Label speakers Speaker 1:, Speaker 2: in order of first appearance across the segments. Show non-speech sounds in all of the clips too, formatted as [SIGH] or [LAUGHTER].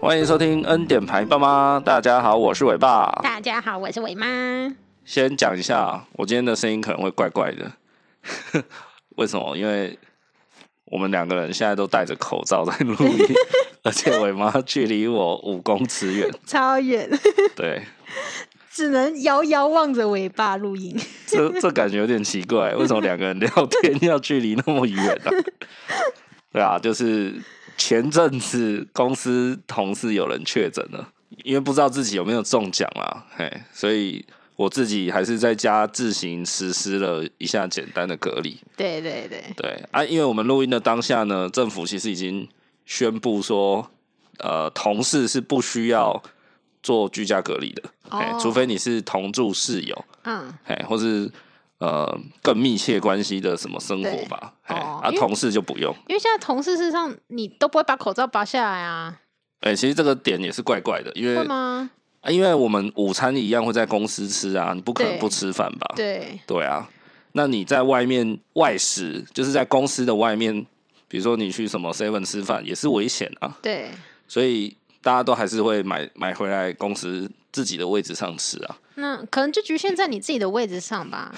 Speaker 1: 欢迎收听《恩典牌爸妈》，大家好，我是伟爸。
Speaker 2: 大家好，我是伟妈。
Speaker 1: 先讲一下，我今天的声音可能会怪怪的， [LAUGHS] 为什么？因为我们两个人现在都戴着口罩在录
Speaker 2: [LAUGHS]
Speaker 1: 音，而且伟妈距离我五公尺远，
Speaker 2: 超远， [LAUGHS]
Speaker 1: 对，
Speaker 2: 只能遥遥望着尾巴录音。
Speaker 1: 这这感觉有点奇怪，为什么两个人聊天要距离那么远呢、对啊，就是前阵子公司同事有人确诊了，因为不知道自己有没有中奖啦，嘿，所以我自己还是在家自行实施了一下简单的隔离。
Speaker 2: 对对对，
Speaker 1: 对啊，因为我们录音的当下呢，政府其实已经宣布说，呃，同事是不需要做居家隔离的，哎、
Speaker 2: 哦
Speaker 1: 除非你是同住室友。
Speaker 2: 嗯，
Speaker 1: 哎，或是呃更密切关系的什么生活吧，
Speaker 2: 对
Speaker 1: 哎，
Speaker 2: 哦
Speaker 1: 啊，
Speaker 2: 因为
Speaker 1: 同事就不用。
Speaker 2: 因为现在同事身上你都不会把口罩拔下来啊，
Speaker 1: 哎、其实这个点也是怪怪的，因为
Speaker 2: 会吗？
Speaker 1: 啊因为我们午餐一样会在公司吃啊，你不可能
Speaker 2: 对
Speaker 1: 不吃饭吧？
Speaker 2: 对，
Speaker 1: 对啊，那你在外面外食，就是在公司的外面，比如说你去什么 seven 吃饭，也是危险啊，
Speaker 2: 对，
Speaker 1: 所以大家都还是会买买回来公司自己的位置上吃啊。
Speaker 2: 那可能就局限在你自己的位置上 [LAUGHS] 吧。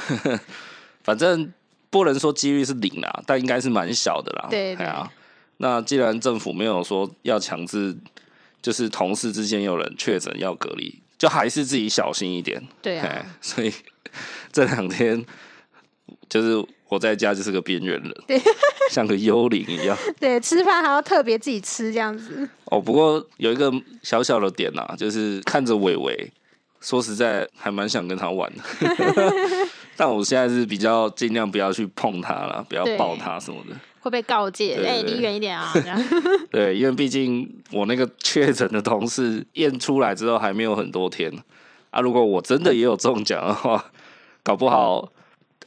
Speaker 1: 反正不能说几率是零啦，但应该是蛮小的啦。
Speaker 2: 对
Speaker 1: 哎呀那既然政府没有说要强制，就是同事之间有人确诊要隔离，就还是自己小心一点。
Speaker 2: 对
Speaker 1: 哎，
Speaker 2: 啊，
Speaker 1: 所以这两天就是我在家就是个边缘人，像个幽灵一样。
Speaker 2: 对，吃饭还要特别自己吃这样子。
Speaker 1: 哦，不过有一个小小的点啊，就是看着伟伟，说实在还蛮想跟他玩
Speaker 2: [LAUGHS]
Speaker 1: 的。 [LAUGHS] 但我现在是比较尽量不要去碰他了，不要
Speaker 2: 对
Speaker 1: 抱他什么的。
Speaker 2: 会被告诫，
Speaker 1: 对对对
Speaker 2: 哎、离远
Speaker 1: [LAUGHS]
Speaker 2: 一点啊！这样
Speaker 1: 对，因为毕竟我那个确诊的同事验出来之后还没有很多天啊，如果我真的也有中奖的话，搞不好，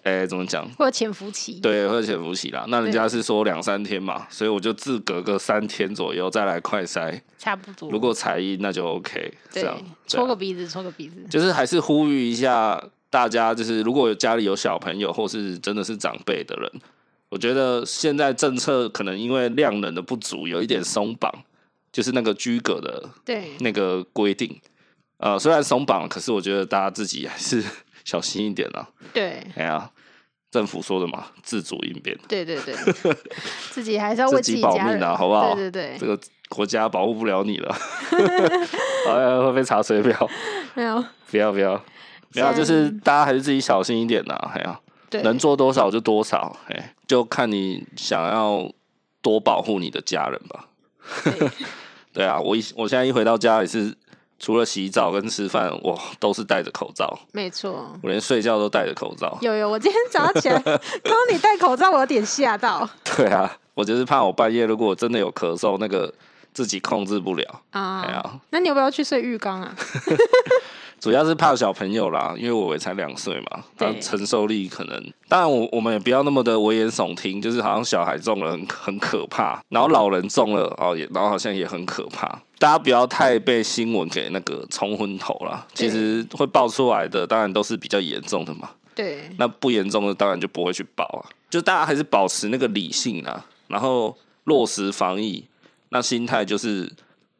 Speaker 1: 哎、怎么讲？
Speaker 2: 或者潜伏期，
Speaker 1: 对，会潜伏期啦。那人家是说两三天嘛，所以我就自隔个三天左右再来快筛。
Speaker 2: 差不多。
Speaker 1: 如果才艺那就 OK，这
Speaker 2: 对
Speaker 1: 样，对啊
Speaker 2: 戳个鼻子，戳个鼻 [LAUGHS] 子，
Speaker 1: 就是还是呼吁一下大家，就是如果有家里有小朋友或是真的是长辈的人，我觉得现在政策可能因为量能的不足，有一点松绑，就是那个居格的
Speaker 2: 对
Speaker 1: 那个规定。呃，虽然松绑，可是我觉得大家自己还是 [LAUGHS] 小心一点啦。
Speaker 2: 对。
Speaker 1: 哎呀，政府说的嘛，自主应变，
Speaker 2: 对对对，
Speaker 1: [LAUGHS]
Speaker 2: 自己还是要为
Speaker 1: 自
Speaker 2: 自
Speaker 1: 己
Speaker 2: 己
Speaker 1: 保
Speaker 2: 家
Speaker 1: 命
Speaker 2: 人，
Speaker 1: 啊好不好
Speaker 2: 对对
Speaker 1: 这
Speaker 2: 对，
Speaker 1: 个国家保护不了你
Speaker 2: [LAUGHS]
Speaker 1: 了，哎呀，会被查水表。
Speaker 2: 没有
Speaker 1: 不要不要，不要，
Speaker 2: 现在
Speaker 1: 就是大家还是自己小心一点啦。哎呀，
Speaker 2: 对，
Speaker 1: 能做多少就多少，哎，就看你想要多保护你的家人吧。
Speaker 2: 对
Speaker 1: [LAUGHS] 对啊，我一我现在一回到家也是，除了洗澡跟吃饭，我都是戴着口罩，
Speaker 2: 没错。
Speaker 1: 我连睡觉都戴着口罩。
Speaker 2: 有有，我今天早上起来，刚刚你戴口罩，我有点吓到
Speaker 1: 对啊，我就是怕我半夜如果我真的有咳嗽，那个自己控制不了。
Speaker 2: 啊。
Speaker 1: 哎呀，
Speaker 2: 那你要不要去睡浴缸啊？
Speaker 1: 主要是怕小朋友啦，因为我也才两岁嘛，他
Speaker 2: 对
Speaker 1: 承受力可能。当然，我我们也不要那么的危言耸听，就是好像小孩中了很很可怕，然后老人中了哦，也然后好像也很可怕。大家不要太被新闻给那个冲昏头啦。其
Speaker 2: 对
Speaker 1: 实会爆出来的，当然都是比较严重的嘛。
Speaker 2: 对
Speaker 1: 那不严重的，当然就不会去爆啊。就大家还是保持那个理性啊，然后落实防疫，那心态就是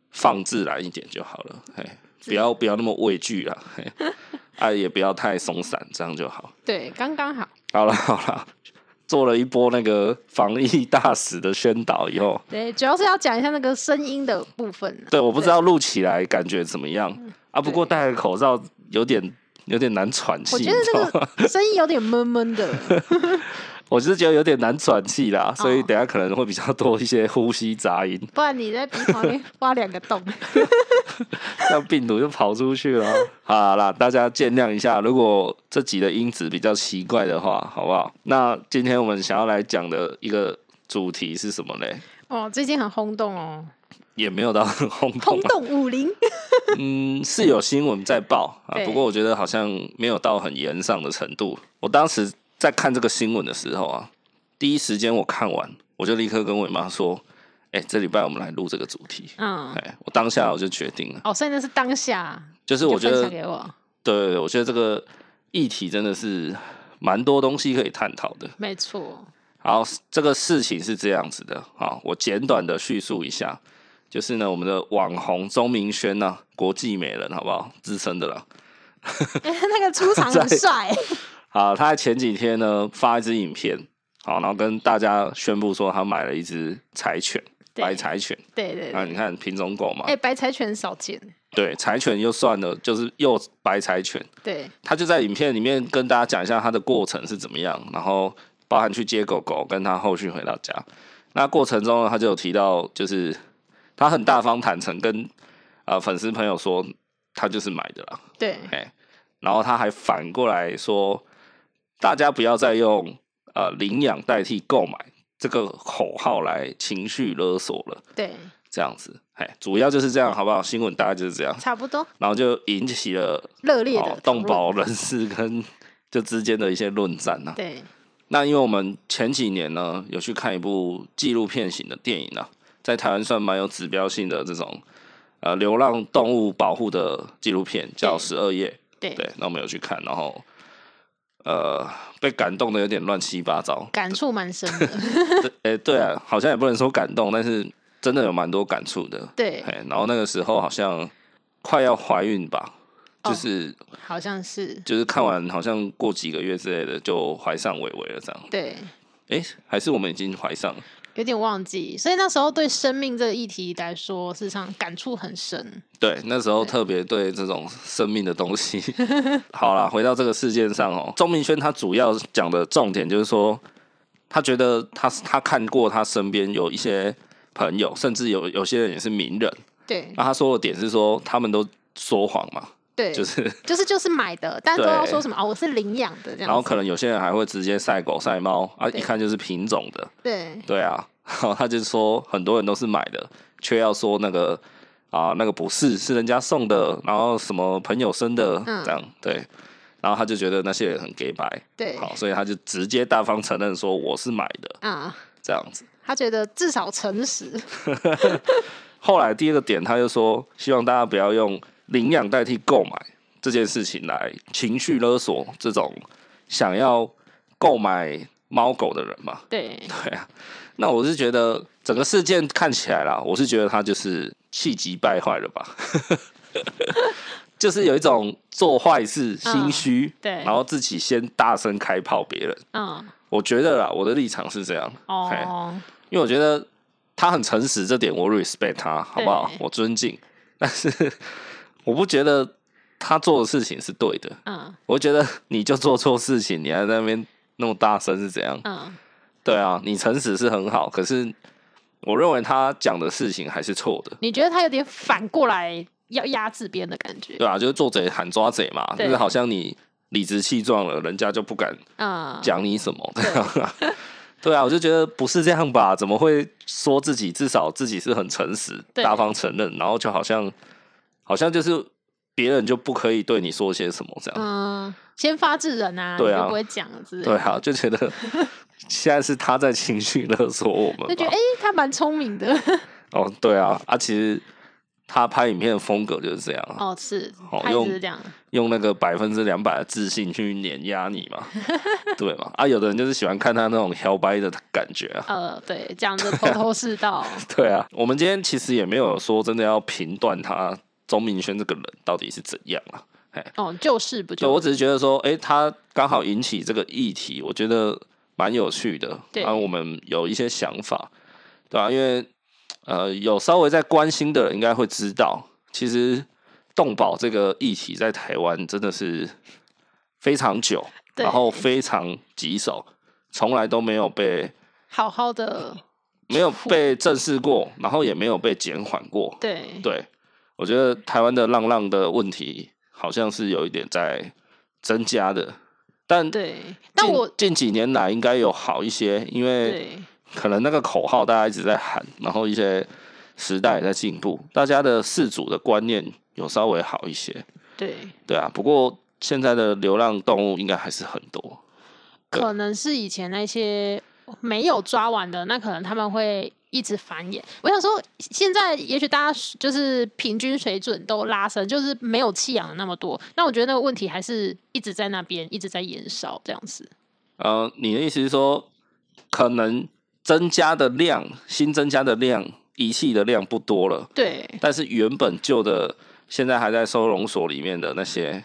Speaker 1: 放自然一点就好了。嘿，不要不要那么畏惧啦，
Speaker 2: [LAUGHS]
Speaker 1: 嘿，啊也不要太松散，这样就好。
Speaker 2: 对，刚刚好。
Speaker 1: 好了好了，做了一波那个防疫大使的宣导以后，
Speaker 2: 对，主要是要讲一下那个声音的部分啊、
Speaker 1: 对，我不知道录起来感觉怎么样啊。不过
Speaker 2: 嗯对
Speaker 1: 戴个口罩有点有点难喘气，
Speaker 2: 我
Speaker 1: 你
Speaker 2: 觉得
Speaker 1: 知道吗？
Speaker 2: 这个声音有点闷闷的，
Speaker 1: 我是觉得有点难喘气啦，所以
Speaker 2: 哦
Speaker 1: 等一下可能会比较多一些呼吸杂
Speaker 2: [LAUGHS]
Speaker 1: 音，
Speaker 2: 不然你在鼻孔里挖两个洞。
Speaker 1: 那病毒就跑出去了。好啦，大家见谅一下，如果这集的音质比较奇怪的话，好不好？那今天我们想要来讲的一个主题是什么嘞？
Speaker 2: 哦，最近很轰动哦，
Speaker 1: 也没有到很 [LAUGHS] 轰动
Speaker 2: 轰
Speaker 1: 啊，
Speaker 2: 动
Speaker 1: [LAUGHS]
Speaker 2: 武林。
Speaker 1: 嗯，是有新闻在报啊，
Speaker 2: 对
Speaker 1: 不过我觉得好像没有到很严上的程度。我当时在看这个新闻的时候啊，第一时间我看完，我就立刻跟我妈说：“哎、这礼拜我们来录这个主题。”
Speaker 2: 嗯，
Speaker 1: 哎，我当下我就决定了，
Speaker 2: 哦，所以那是当下，
Speaker 1: 就是
Speaker 2: 你
Speaker 1: 我
Speaker 2: 就
Speaker 1: 觉得，
Speaker 2: 分享
Speaker 1: 对
Speaker 2: 给我，
Speaker 1: 对对，我觉得这个议题真的是蛮多东西可以探讨的。
Speaker 2: 没错，
Speaker 1: 好，这个事情是这样子的啊，好我简短的叙述一下。就是呢我们的网红钟明轩呐、国际美人好不好？资深的了。
Speaker 2: 哎那个出
Speaker 1: [LAUGHS]
Speaker 2: 场很帅，
Speaker 1: 好，他在前几天呢发一支影片，好，然后跟大家宣布说他买了一只柴犬，
Speaker 2: 对
Speaker 1: 白柴犬。
Speaker 2: 对对
Speaker 1: 啊，
Speaker 2: 对，
Speaker 1: 你看品种狗嘛，
Speaker 2: 哎、白柴犬很少见，
Speaker 1: 对，柴犬就算了，就是又白柴犬，
Speaker 2: 对
Speaker 1: 他就在影片里面跟大家讲一下他的过程是怎么样，然后包含去接狗狗，跟他后续回到家。那过程中呢，他就有提到，就是他很大方坦诚跟呃粉丝朋友说，他就是买的啦，
Speaker 2: 对，
Speaker 1: 哎，然后他还反过来说，大家不要再用呃领养代替购买这个口号来情绪勒索了，
Speaker 2: 对，
Speaker 1: 这样子，哎，主要就是这样，好不好？新闻大概就是这样，
Speaker 2: 差不多
Speaker 1: 然后就引起了
Speaker 2: 热烈
Speaker 1: 哦
Speaker 2: 的、
Speaker 1: 动，保人士跟 [LAUGHS] 就之间的一些论战呐、
Speaker 2: 对
Speaker 1: 那因为我们前几年呢，有去看一部纪录片型的电影啊，在台湾算蛮有指标性的这种呃流浪动物保护的纪录片，叫《十二夜》。
Speaker 2: 对
Speaker 1: 对，那我们有去看，然后呃被感动的有点乱七八糟。
Speaker 2: 感触蛮深的，
Speaker 1: 对，哎、对啊，好像也不能说感动，但是真的有蛮多感触的。
Speaker 2: 对，
Speaker 1: 哎，然后那个时候好像快要怀孕吧，就
Speaker 2: 哦
Speaker 1: 是。
Speaker 2: 好像是，
Speaker 1: 就是看完好像过几个月之类的就怀上伟伟了这样。
Speaker 2: 对，
Speaker 1: 哎、还是我们已经怀上了？
Speaker 2: 有点忘记，所以那时候对生命这个议题来说，事实上感触很深，
Speaker 1: 对，那时候特别对这种生命的东西。 [LAUGHS] 好啦，回到这个事件上哦、钟明轩他主要讲的重点就是说，他觉得他他看过他身边有一些朋友，甚至有有些人也是名人。
Speaker 2: 对
Speaker 1: 那他说的点是说，他们都说谎嘛，
Speaker 2: 对，
Speaker 1: 就
Speaker 2: 就是
Speaker 1: 是
Speaker 2: 就是买的，但都要
Speaker 1: 对
Speaker 2: 说什么啊、我是领养的这样子，
Speaker 1: 然后可能有些人还会直接晒狗晒猫啊，
Speaker 2: 对
Speaker 1: 一看就是品种的。
Speaker 2: 对
Speaker 1: 对啊， [LAUGHS] 然后他就说很多人都是买的，却要说那个啊那个不是是人家送的，然后什么朋友生的、
Speaker 2: 嗯
Speaker 1: 这样对，然后他就觉得那些人很 gay 白，
Speaker 2: 对
Speaker 1: 好，所以他就直接大方承认说我是买的
Speaker 2: 啊、
Speaker 1: 这样子。
Speaker 2: 他觉得至少诚实，
Speaker 1: 后来第二个点，他就说希望大家不要用领养代替购买这件事情来情绪勒索这种想要购买猫狗的人嘛， [LAUGHS]
Speaker 2: 对
Speaker 1: 对啊，那我是觉得整个事件看起来啦，我是觉得他就是气急败坏了吧，就是有一种做坏事心虚、
Speaker 2: 嗯对
Speaker 1: 然后自己先大声开炮别人。
Speaker 2: 嗯
Speaker 1: 我觉得啦，我的立场是这样，嘿
Speaker 2: 哦，
Speaker 1: 因为我觉得他很诚实，这点我 respect 他，好不好
Speaker 2: 对？
Speaker 1: 我尊敬，但是我不觉得他做的事情是对的。
Speaker 2: 嗯
Speaker 1: 我觉得你就做错事情，你还在那边那么大声是怎样？
Speaker 2: 嗯，
Speaker 1: 对啊，你诚实是很好，可是我认为他讲的事情还是错的，
Speaker 2: 你觉得他有点反过来要压制别人的感觉，
Speaker 1: 对啊，就是做贼喊抓贼嘛，就
Speaker 2: 对
Speaker 1: 是好像你理直气壮了，人家就不敢
Speaker 2: 嗯，
Speaker 1: 讲你什么，这样啊。对啊，我就觉得不是这样吧？怎么会说自己至少自己是很诚实、
Speaker 2: 对
Speaker 1: 大方承认，然后就好像好像就是别人就不可以对你说些什么这样？
Speaker 2: 嗯，先发制人啊，
Speaker 1: 对
Speaker 2: 你
Speaker 1: 啊
Speaker 2: 就不会讲了之类的
Speaker 1: 对啊，就觉
Speaker 2: [LAUGHS]
Speaker 1: 得现在是他在情绪勒索我们吧，
Speaker 2: 就 [LAUGHS] 觉得哎、他蛮聪明的 [LAUGHS]
Speaker 1: 哦，对啊，啊，其实他拍影片的风格就是这样啊，
Speaker 2: 哦，是
Speaker 1: 哦，
Speaker 2: 他一
Speaker 1: 用
Speaker 2: 直是这样，
Speaker 1: 用那个百分之两百的自信去碾压你嘛， [LAUGHS] 对嘛？啊，有的人就是喜欢看他那种摇摆的感觉啊。 [LAUGHS]
Speaker 2: 呃，对，讲的头头是道，
Speaker 1: 对啊，我们今天其实也没有说真的要评断他钟明轩这个人到底是怎样啊。
Speaker 2: 哦，就是不
Speaker 1: 对，
Speaker 2: 就
Speaker 1: 我只是觉得说，诶，他刚好引起这个议题，我觉得蛮有趣的。
Speaker 2: 对
Speaker 1: 然后我们有一些想法，对啊吧、因为呃，有稍微在关心的人应该会知道，其实动保这个议题在台湾真的是非常久，
Speaker 2: 对
Speaker 1: 然后非常棘手，从来都没有被
Speaker 2: 好好的，
Speaker 1: 没有被正视过，然后也没有被减缓过。
Speaker 2: 对，
Speaker 1: 对，我觉得台湾的浪浪的问题好像是有一点在增加的，但
Speaker 2: 对，但
Speaker 1: 近
Speaker 2: 我
Speaker 1: 近几年来应该有好一些，因为
Speaker 2: 对
Speaker 1: 可能那个口号大家一直在喊，然后一些时代也在进步，大家的事主的观念有稍微好一些，
Speaker 2: 对，
Speaker 1: 对啊。不过现在的流浪动物应该还是很多，对
Speaker 2: 可能是以前那些没有抓完的，那可能他们会。一直繁衍，我想说，现在也许大家就是平均水准都拉升，就是没有弃养的那么多。那我觉得那个问题还是一直在那边，一直在延烧这样子。
Speaker 1: 呃，你的意思是说，可能增加的量，新增加的量遗弃的量不多了，
Speaker 2: 对，
Speaker 1: 但是原本旧的现在还在收容所里面的那些，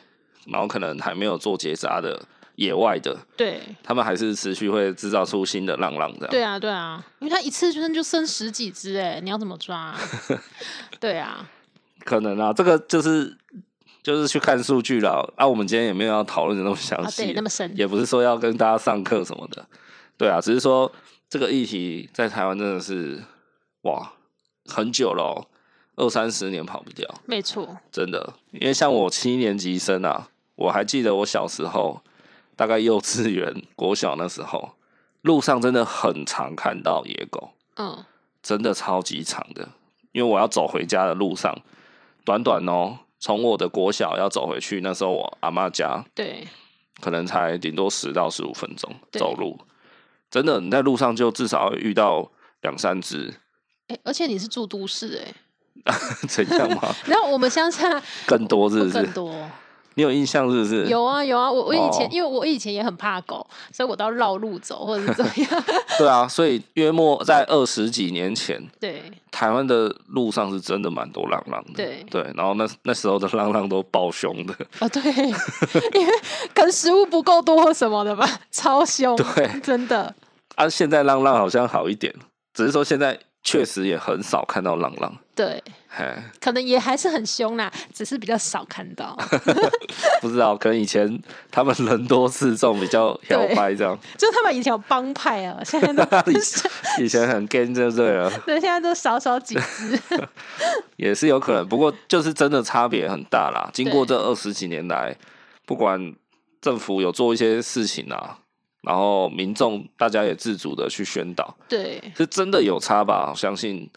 Speaker 1: 然后可能还没有做结扎的野外的，
Speaker 2: 对，
Speaker 1: 他们还是持续会制造出新的浪浪这样。
Speaker 2: 对啊，对啊，因为它一次就生就生十几只，哎，你要怎么
Speaker 1: [LAUGHS]
Speaker 2: 抓啊、对啊，
Speaker 1: 可能啊，这个就是就是去看数据了啊。我们今天也没有要讨论的那么详
Speaker 2: 啊，
Speaker 1: 细
Speaker 2: 对，，那么深，
Speaker 1: 也不是说要跟大家上课什么的，对啊，只是说这个议题在台湾真的是哇很久了哦、二三十年跑不掉。
Speaker 2: 没错，
Speaker 1: 真的，因为像我七年级生啊，我还记得我小时候，大概幼稚园、国小那时候，路上真的很常看到野狗，
Speaker 2: 嗯，
Speaker 1: 真的超级长的。因为我要走回家的路上，短短哦，从我的国小要走回去，那时候我阿妈家
Speaker 2: 对，
Speaker 1: 可能才顶多十到十五分钟
Speaker 2: 对
Speaker 1: 走路，真的你在路上就至少会遇到两三只， [LAUGHS]
Speaker 2: 哎，而且你是住都市，哎，
Speaker 1: 怎样
Speaker 2: [LAUGHS]
Speaker 1: 吗？
Speaker 2: 然后我们乡下
Speaker 1: 更多是不
Speaker 2: 更
Speaker 1: 是？
Speaker 2: 多。
Speaker 1: 你有印象是不是？
Speaker 2: 有啊有啊，我我以前、
Speaker 1: 哦
Speaker 2: 因为我以前也很怕狗，所以我都要绕路走或者是怎么
Speaker 1: [LAUGHS]
Speaker 2: 样。
Speaker 1: 对啊，所以约莫在二十几年前，
Speaker 2: 对
Speaker 1: 台湾的路上是真的蛮多浪浪的。
Speaker 2: 对
Speaker 1: 然后那那时候的浪浪都爆凶的，
Speaker 2: 哦对， [LAUGHS] 因为可能食物不够多或什么的吧， [LAUGHS] 超凶，
Speaker 1: 对
Speaker 2: 真的
Speaker 1: 啊，现在浪浪好像好一点，只是说现在确实也很少看到浪浪。
Speaker 2: 对，
Speaker 1: 嘿，
Speaker 2: 可能也还是很凶啦，只是比较少看
Speaker 1: [LAUGHS]
Speaker 2: 到，
Speaker 1: 不知道，可能以前他们人多势众，比较摇摆这样。
Speaker 2: 就是他们以前有帮派啊，现在
Speaker 1: [LAUGHS]
Speaker 2: 都
Speaker 1: 以以前很 gay 就对了，
Speaker 2: [LAUGHS] 对，现在都少少几只，
Speaker 1: 也是有可能。不过就是真的差别很大啦。经过这二十几年来，不管政府有做一些事情啊，然后民众大家也自主的去宣导，
Speaker 2: 对。
Speaker 1: 是真的有差吧？我相信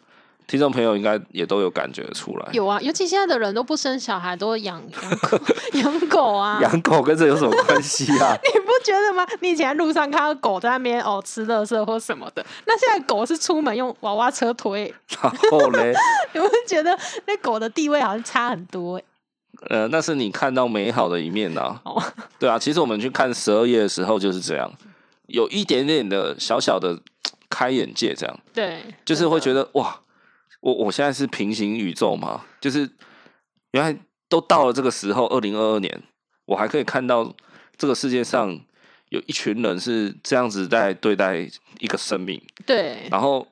Speaker 1: 听众朋友应该也都有感觉出来。
Speaker 2: 有啊，尤其现在的人都不生小孩，都养养狗 [LAUGHS] 养狗啊，
Speaker 1: 养狗跟这有什么关系啊？[LAUGHS]
Speaker 2: [LAUGHS] 你不觉得吗？你以前在路上看到狗在那边哦吃垃圾或什么的，那现在狗是出门用娃娃车推， [LAUGHS]
Speaker 1: 然后嘞，
Speaker 2: 你会觉得那狗的地位好像差很多、欸、
Speaker 1: 呃，那是你看到美好的一面啊。
Speaker 2: 哦。
Speaker 1: 对啊，其实我们去看十二夜的时候就是这样，有一点点的小小的开眼界，这样
Speaker 2: 对，
Speaker 1: 就是会
Speaker 2: 得
Speaker 1: 觉得哇，我我现在是平行宇宙嘛，就是原来都到了这个时候，二零二二年，我还可以看到这个世界上有一群人是这样子在对待一个生命。
Speaker 2: 对
Speaker 1: 然后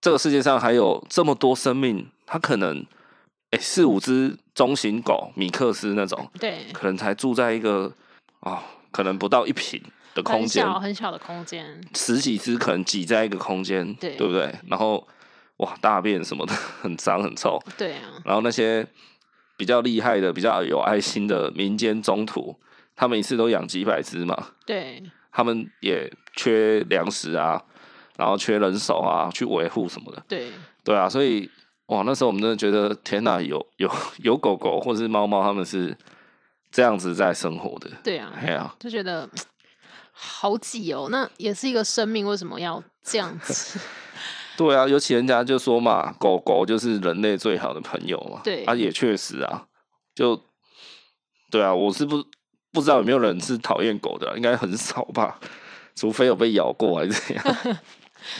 Speaker 1: 这个世界上还有这么多生命，它可能哎四五只中型狗米克斯那种，
Speaker 2: 对，
Speaker 1: 可能才住在一个啊、可能不到一平的空
Speaker 2: 很
Speaker 1: 间，
Speaker 2: 小很小的空间，
Speaker 1: 十几只可能挤在一个空间，
Speaker 2: 对
Speaker 1: 不对？然后哇，大便什么的很脏很臭，
Speaker 2: 对啊，
Speaker 1: 然后那些比较厉害的、比较有爱心的民间中途，他们一次都养几百只嘛，
Speaker 2: 对
Speaker 1: 他们也缺粮食啊，然后缺人手啊，去维护什么的，
Speaker 2: 对
Speaker 1: 对啊，所以哇，那时候我们真的觉得天哪，有有有狗狗或者是猫猫，他们是这样子在生活的，
Speaker 2: 对啊，
Speaker 1: 哎呀、
Speaker 2: 就觉得嗯好挤哦。那也是一个生命，为什么要这样子？
Speaker 1: 对啊，尤其人家就说嘛，狗狗就是人类最好的朋友嘛，
Speaker 2: 对
Speaker 1: 啊，也确实啊，就对啊，我是不不知道有没有人是讨厌狗的啊、应该很少吧，除非有被咬过还是怎样，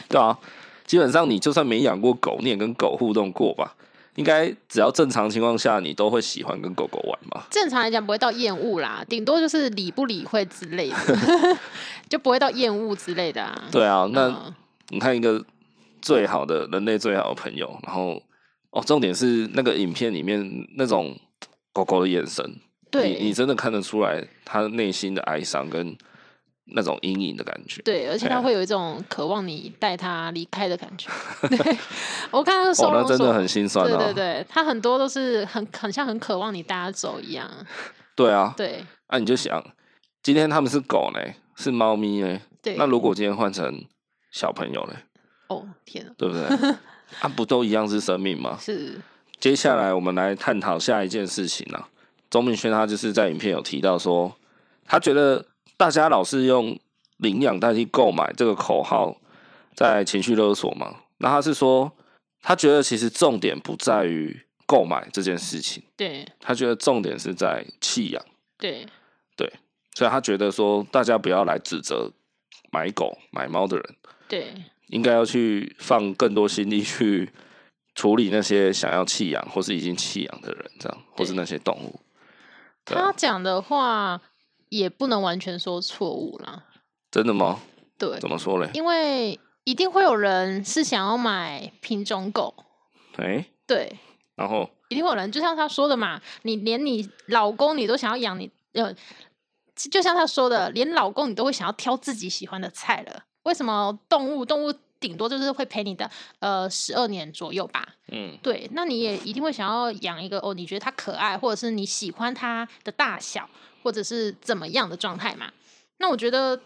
Speaker 1: 对啊，基本上你就算没养过狗，你也跟狗互动过吧。应该只要正常情况下，你都会喜欢跟狗狗玩吧？
Speaker 2: 正常来讲不会到厌恶啦，顶多就是理不理会之
Speaker 1: [LAUGHS]
Speaker 2: 类的，就不会到厌恶之类的啊。
Speaker 1: 对啊，那
Speaker 2: 嗯
Speaker 1: 你看一个最好的人类最好的朋友，然后哦，重点是那个影片里面那种狗狗的眼神，
Speaker 2: 对
Speaker 1: 你你真的看得出来它内心的哀伤跟那种阴影的感觉。
Speaker 2: 对，而且
Speaker 1: 哎
Speaker 2: 他
Speaker 1: 呀
Speaker 2: 会有一种渴望你带他离开的感
Speaker 1: [LAUGHS]
Speaker 2: 觉。对，我看他收
Speaker 1: 哦，那
Speaker 2: 容所，
Speaker 1: 真的很心酸
Speaker 2: 对
Speaker 1: 啊！
Speaker 2: 对对，他很多都是很很像很渴望你带他走一样。
Speaker 1: 对啊，
Speaker 2: 对
Speaker 1: 啊，你就想，今天他们是狗呢，是猫咪呢，
Speaker 2: 对，
Speaker 1: 那如果今天换成小朋友呢，
Speaker 2: 哦天啊，
Speaker 1: 对不对？
Speaker 2: [LAUGHS]
Speaker 1: 啊，不都一样是生命吗？
Speaker 2: 是
Speaker 1: 接下来我们来探讨下一件事情啊。钟明轩他就是在影片有提到说，他觉得大家老是用领养代替购买这个口号在情绪勒索嘛。那他是说，他觉得其实重点不在于购买这件事情，
Speaker 2: 对
Speaker 1: 他觉得重点是在弃养，
Speaker 2: 对
Speaker 1: 所以他觉得说大家不要来指责买狗买猫的人，
Speaker 2: 对
Speaker 1: 应该要去放更多心力去处理那些想要弃养或是已经弃养的人，这样或是
Speaker 2: 对
Speaker 1: 那些动物。对啊
Speaker 2: 他讲的话也不能完全说错误啦，
Speaker 1: 真的吗？
Speaker 2: 对，
Speaker 1: 怎么说嘞？
Speaker 2: 因为一定会有人是想要买品种狗，
Speaker 1: 哎、
Speaker 2: 对，
Speaker 1: 然后
Speaker 2: 一定会有人，就像他说的嘛，你连你老公你都想要养你，呃，就像他说的，连老公你都会想要挑自己喜欢的菜了。为什么动物动物顶多就是会陪你的呃十二年左右吧？
Speaker 1: 嗯，
Speaker 2: 对，那你也一定会想要养一个哦，你觉得它可爱，或者是你喜欢它的大小，或者是怎么样的状态嘛？那我觉得，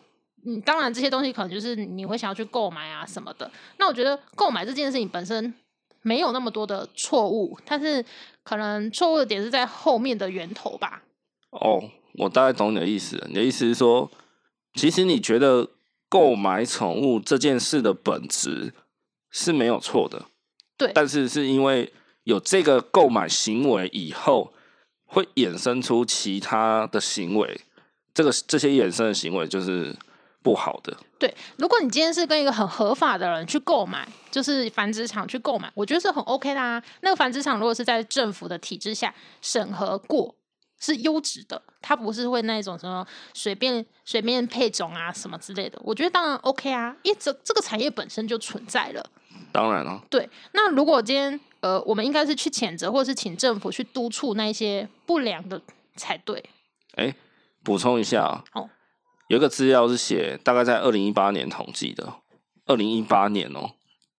Speaker 2: 嗯，当然这些东西可能就是你会想要去购买啊什么的。那我觉得购买这件事情本身没有那么多的错误，但是可能错误的点是在后面的源头吧。
Speaker 1: 哦，我大概懂你的意思了。你的意思是说，其实你觉得购买宠物这件事的本质是没有错的，
Speaker 2: 对
Speaker 1: 但是是因为有这个购买行为以后，会衍生出其他的行为，这个这些衍生的行为就是不好的。
Speaker 2: 对，如果你今天是跟一个很合法的人去购买，就是繁殖场去购买，我觉得是很 OK 的啊。那个繁殖场如果是在政府的体制下审核过，是优质的，它不是会那种什么随便随便配种啊什么之类的，我觉得当然 OK 啊，因为这这个产业本身就存在了。
Speaker 1: 当然了、
Speaker 2: 对，那如果今天呃，我们应该是去谴责，或是请政府去督促那一些不良的才对。
Speaker 1: 哎、补充一下啊、
Speaker 2: 哦
Speaker 1: 有一个资料是写大概在二零一八年统计的，二零一八年哦、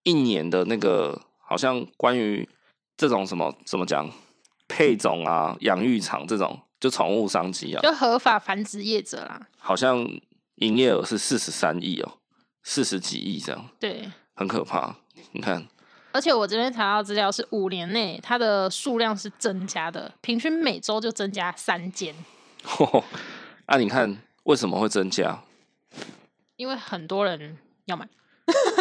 Speaker 1: 一年的那个好像关于这种什么怎么讲配种啊、养育场这种就宠物商机啊，
Speaker 2: 就合法繁殖业者啦，
Speaker 1: 好像营业额是四十三亿哦，四十几亿这样，
Speaker 2: 对。
Speaker 1: 很可怕。你看， [LAUGHS]
Speaker 2: 而且我这边查到资料是五年内它的数量是增加的，平均每周就增加三间，
Speaker 1: 啊，你看为什么会增加？
Speaker 2: 因为很多人要买， [LAUGHS]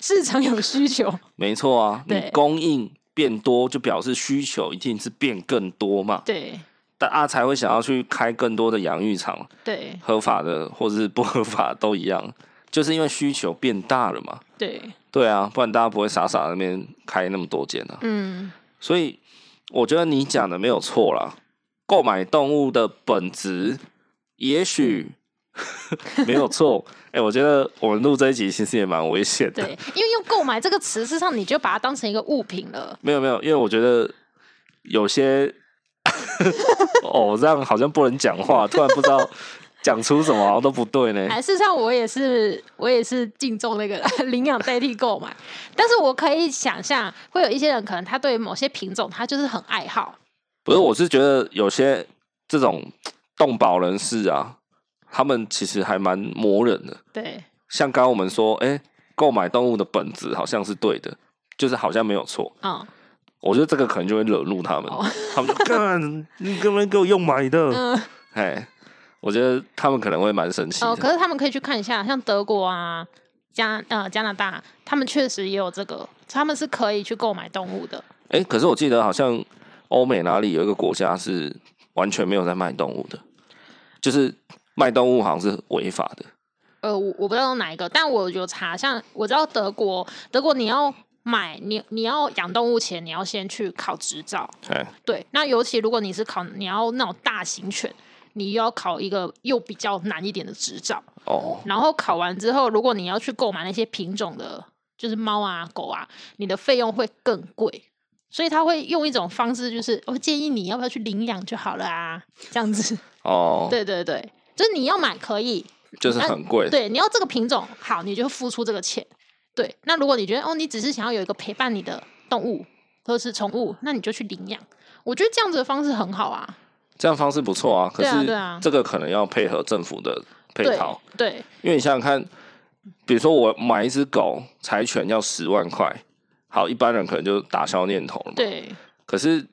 Speaker 2: 市场有需求。
Speaker 1: 没错啊，你
Speaker 2: 对
Speaker 1: 供应变多，就表示需求一定是变更多嘛。
Speaker 2: 对
Speaker 1: 大家才会想要去开更多的养育场，
Speaker 2: 对
Speaker 1: 合法的或者是不合法都一样，就是因为需求变大了嘛。
Speaker 2: 对，
Speaker 1: 对啊，不然大家不会傻傻地那边开那么多间啊。
Speaker 2: 嗯，
Speaker 1: 所以我觉得你讲的没有错啦，购买动物的本质也许 [LAUGHS] 没有错。哎、我觉得我们录这一集其实也蛮危险的。
Speaker 2: 对，因为用“购买”这个词，事实上你就把它当成一个物品了。
Speaker 1: 没有没有，因为我觉得有些 [LAUGHS] 哦，这样好像不能讲话，突然不知道讲出什么好像都不对呢。
Speaker 2: 哎，事实上我也是，我也是敬重那个 [LAUGHS] 啦领养代替购买，但是我可以想象，会有一些人可能他对某些品种他就是很爱好，
Speaker 1: 不是，我是觉得有些这种动保人士啊，他们其实还蛮磨人的。
Speaker 2: 对
Speaker 1: 像刚刚我们说，哎、购买动物的本质好像是对的，就是好像没有错。
Speaker 2: 啊、
Speaker 1: 我觉得这个可能就会惹怒他们，
Speaker 2: 哦
Speaker 1: 他
Speaker 2: [LAUGHS]
Speaker 1: 们就干，你根本给我用买的，
Speaker 2: 嗯，
Speaker 1: 哎、我觉得他们可能会蛮生气的。
Speaker 2: 哦，可是他们可以去看一下，像德国啊、加呃加拿大，他们确实也有这个，他们是可以去购买动物的。
Speaker 1: 哎、可是我记得好像欧美哪里有一个国家是完全没有在卖动物的，就是卖动物好像是违法的。
Speaker 2: 呃，我我不知道哪一个，但我有查，像我知道德国，德国你要买你你要养动物前，你要先去考执照。
Speaker 1: 哎、
Speaker 2: 对，那尤其如果你是考你要那种大型犬，你又要考一个又比较难一点的执照。
Speaker 1: 哦，
Speaker 2: 然后考完之后，如果你要去购买那些品种的，就是猫啊、狗啊，你的费用会更贵。所以他会用一种方式，就是我、建议你要不要去领养就好了啊，这样子。
Speaker 1: 哦，
Speaker 2: [LAUGHS] 对对对，就是你要买可以，
Speaker 1: 就是很贵。
Speaker 2: 对，你要这个品种好，你就付出这个钱。对，那如果你觉得哦，你只是想要有一个陪伴你的动物或是宠物，那你就去领养。我觉得这样子的方式很好啊。
Speaker 1: 这样方式不错啊。可
Speaker 2: 对啊
Speaker 1: 是
Speaker 2: 对啊
Speaker 1: 这个可能要配合政府的配
Speaker 2: 对
Speaker 1: 套，
Speaker 2: 对
Speaker 1: 因为你想想看，比如说我买一只狗柴犬要十万块，好，一般人可能就打消念头了嘛。
Speaker 2: 对，
Speaker 1: 可是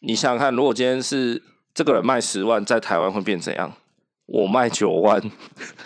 Speaker 1: 你想想看，如果今天是这个人卖十万，在台湾会变怎样？我卖九
Speaker 2: [LAUGHS]
Speaker 1: 万，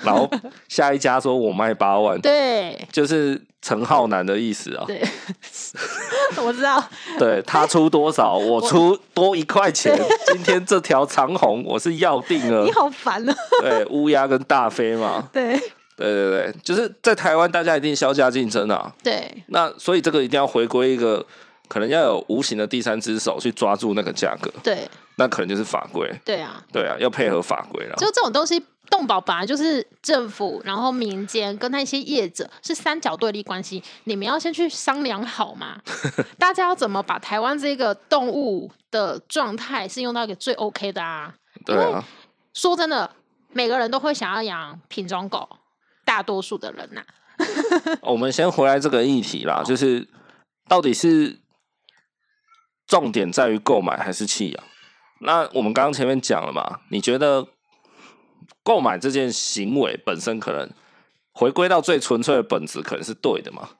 Speaker 1: 然后下一家说我卖八万，
Speaker 2: 对
Speaker 1: 就是陈浩南的意思啊。
Speaker 2: 对， [LAUGHS] 我知道。
Speaker 1: 对他出多少，我出多一块钱。今天
Speaker 2: [LAUGHS]
Speaker 1: 这条长虹我是要定了
Speaker 2: 你，好烦啊！
Speaker 1: 对乌鸦跟大飞嘛。
Speaker 2: 对
Speaker 1: 对对对，就是在台湾，大家一定削价竞争啊。
Speaker 2: 对，
Speaker 1: 那所以这个一定要回归一个，可能要有无形的第三只手去抓住那个价格，
Speaker 2: 对，
Speaker 1: 那可能就是法规。
Speaker 2: 对啊，
Speaker 1: 对啊，要配合法规啦。
Speaker 2: 就这种东西，动保本来就是政府，然后民间跟那些业者是三角对立关系，你们要先去商量好嘛，大家要怎么把台湾这个动物的状态是用到一个最 OK 的啊？
Speaker 1: 对啊，
Speaker 2: 说真的，每个人都会想要养品种狗，大多数的人呐、
Speaker 1: 我们先回来这个议题啦，就是到底是重点在于购买还是弃养？那我们刚刚前面讲了嘛，你觉得购买这件行为本身可能回归到最纯粹的本质，可能是对的嘛？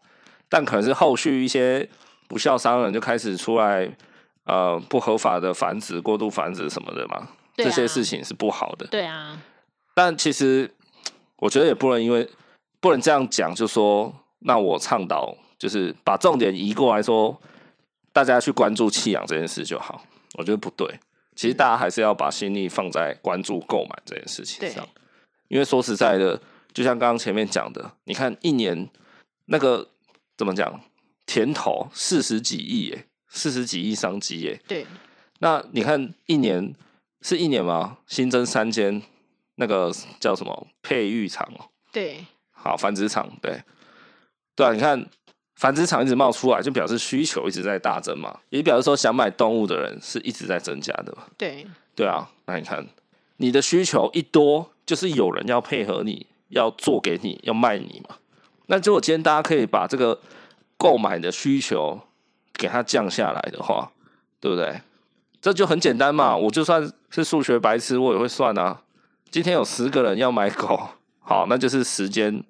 Speaker 1: 但可能是后续一些不孝商人就开始出来，呃，不合法的繁殖、过度繁殖什么的嘛，
Speaker 2: 对
Speaker 1: 这些
Speaker 2: 啊
Speaker 1: 事情是不好的。
Speaker 2: 对啊，
Speaker 1: 但其实我觉得也不能因为不能这样讲，就说那我倡导就是把重点移过来说，大家去关注弃养这件事就好，我觉得不对。其实大家还是要把心力放在关注购买这件事情
Speaker 2: 对
Speaker 1: 上，因为说实在的，就像刚刚前面讲的，你看一年那个怎么讲，甜头四十几亿耶，四十几亿商机耶，
Speaker 2: 对，
Speaker 1: 那你看一年是一年吗？新增三间那个叫什么配育场哦，
Speaker 2: 对，
Speaker 1: 好繁殖场对，对啊，你看繁殖场一直冒出来，就表示需求一直在大增嘛，也表示说想买动物的人是一直在增加的嘛，
Speaker 2: 对，
Speaker 1: 对啊，那你看你的需求一多，就是有人要配合你，要做给你，要卖你嘛。那如果今天大家可以把这个购买的需求给它降下来的话，对不对？这就很简单嘛，我就算是数学白痴，我也会算啊。今天有十个人要买狗， [LAUGHS] 好，那就是时间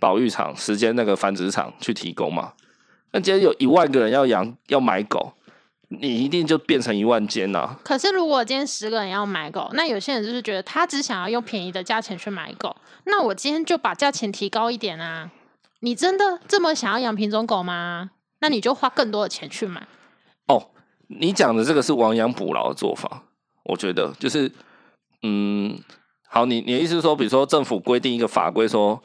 Speaker 1: 保育场、时间那个繁殖场去提供嘛。那今天有一万个人要养要买狗，你一定就变成一万间呐、啊。
Speaker 2: 可是，如果今天十个人要买狗，那有些人就是觉得他只想要用便宜的价钱去买狗，那我今天就把价钱提高一点啊！你真的这么想要养品种狗吗？那你就花更多的钱去 [LAUGHS] 买。
Speaker 1: 哦，你讲的这个是亡羊补牢的做法，我觉得就是，嗯，好，你你的意思是说，比如说政府规定一个法规说，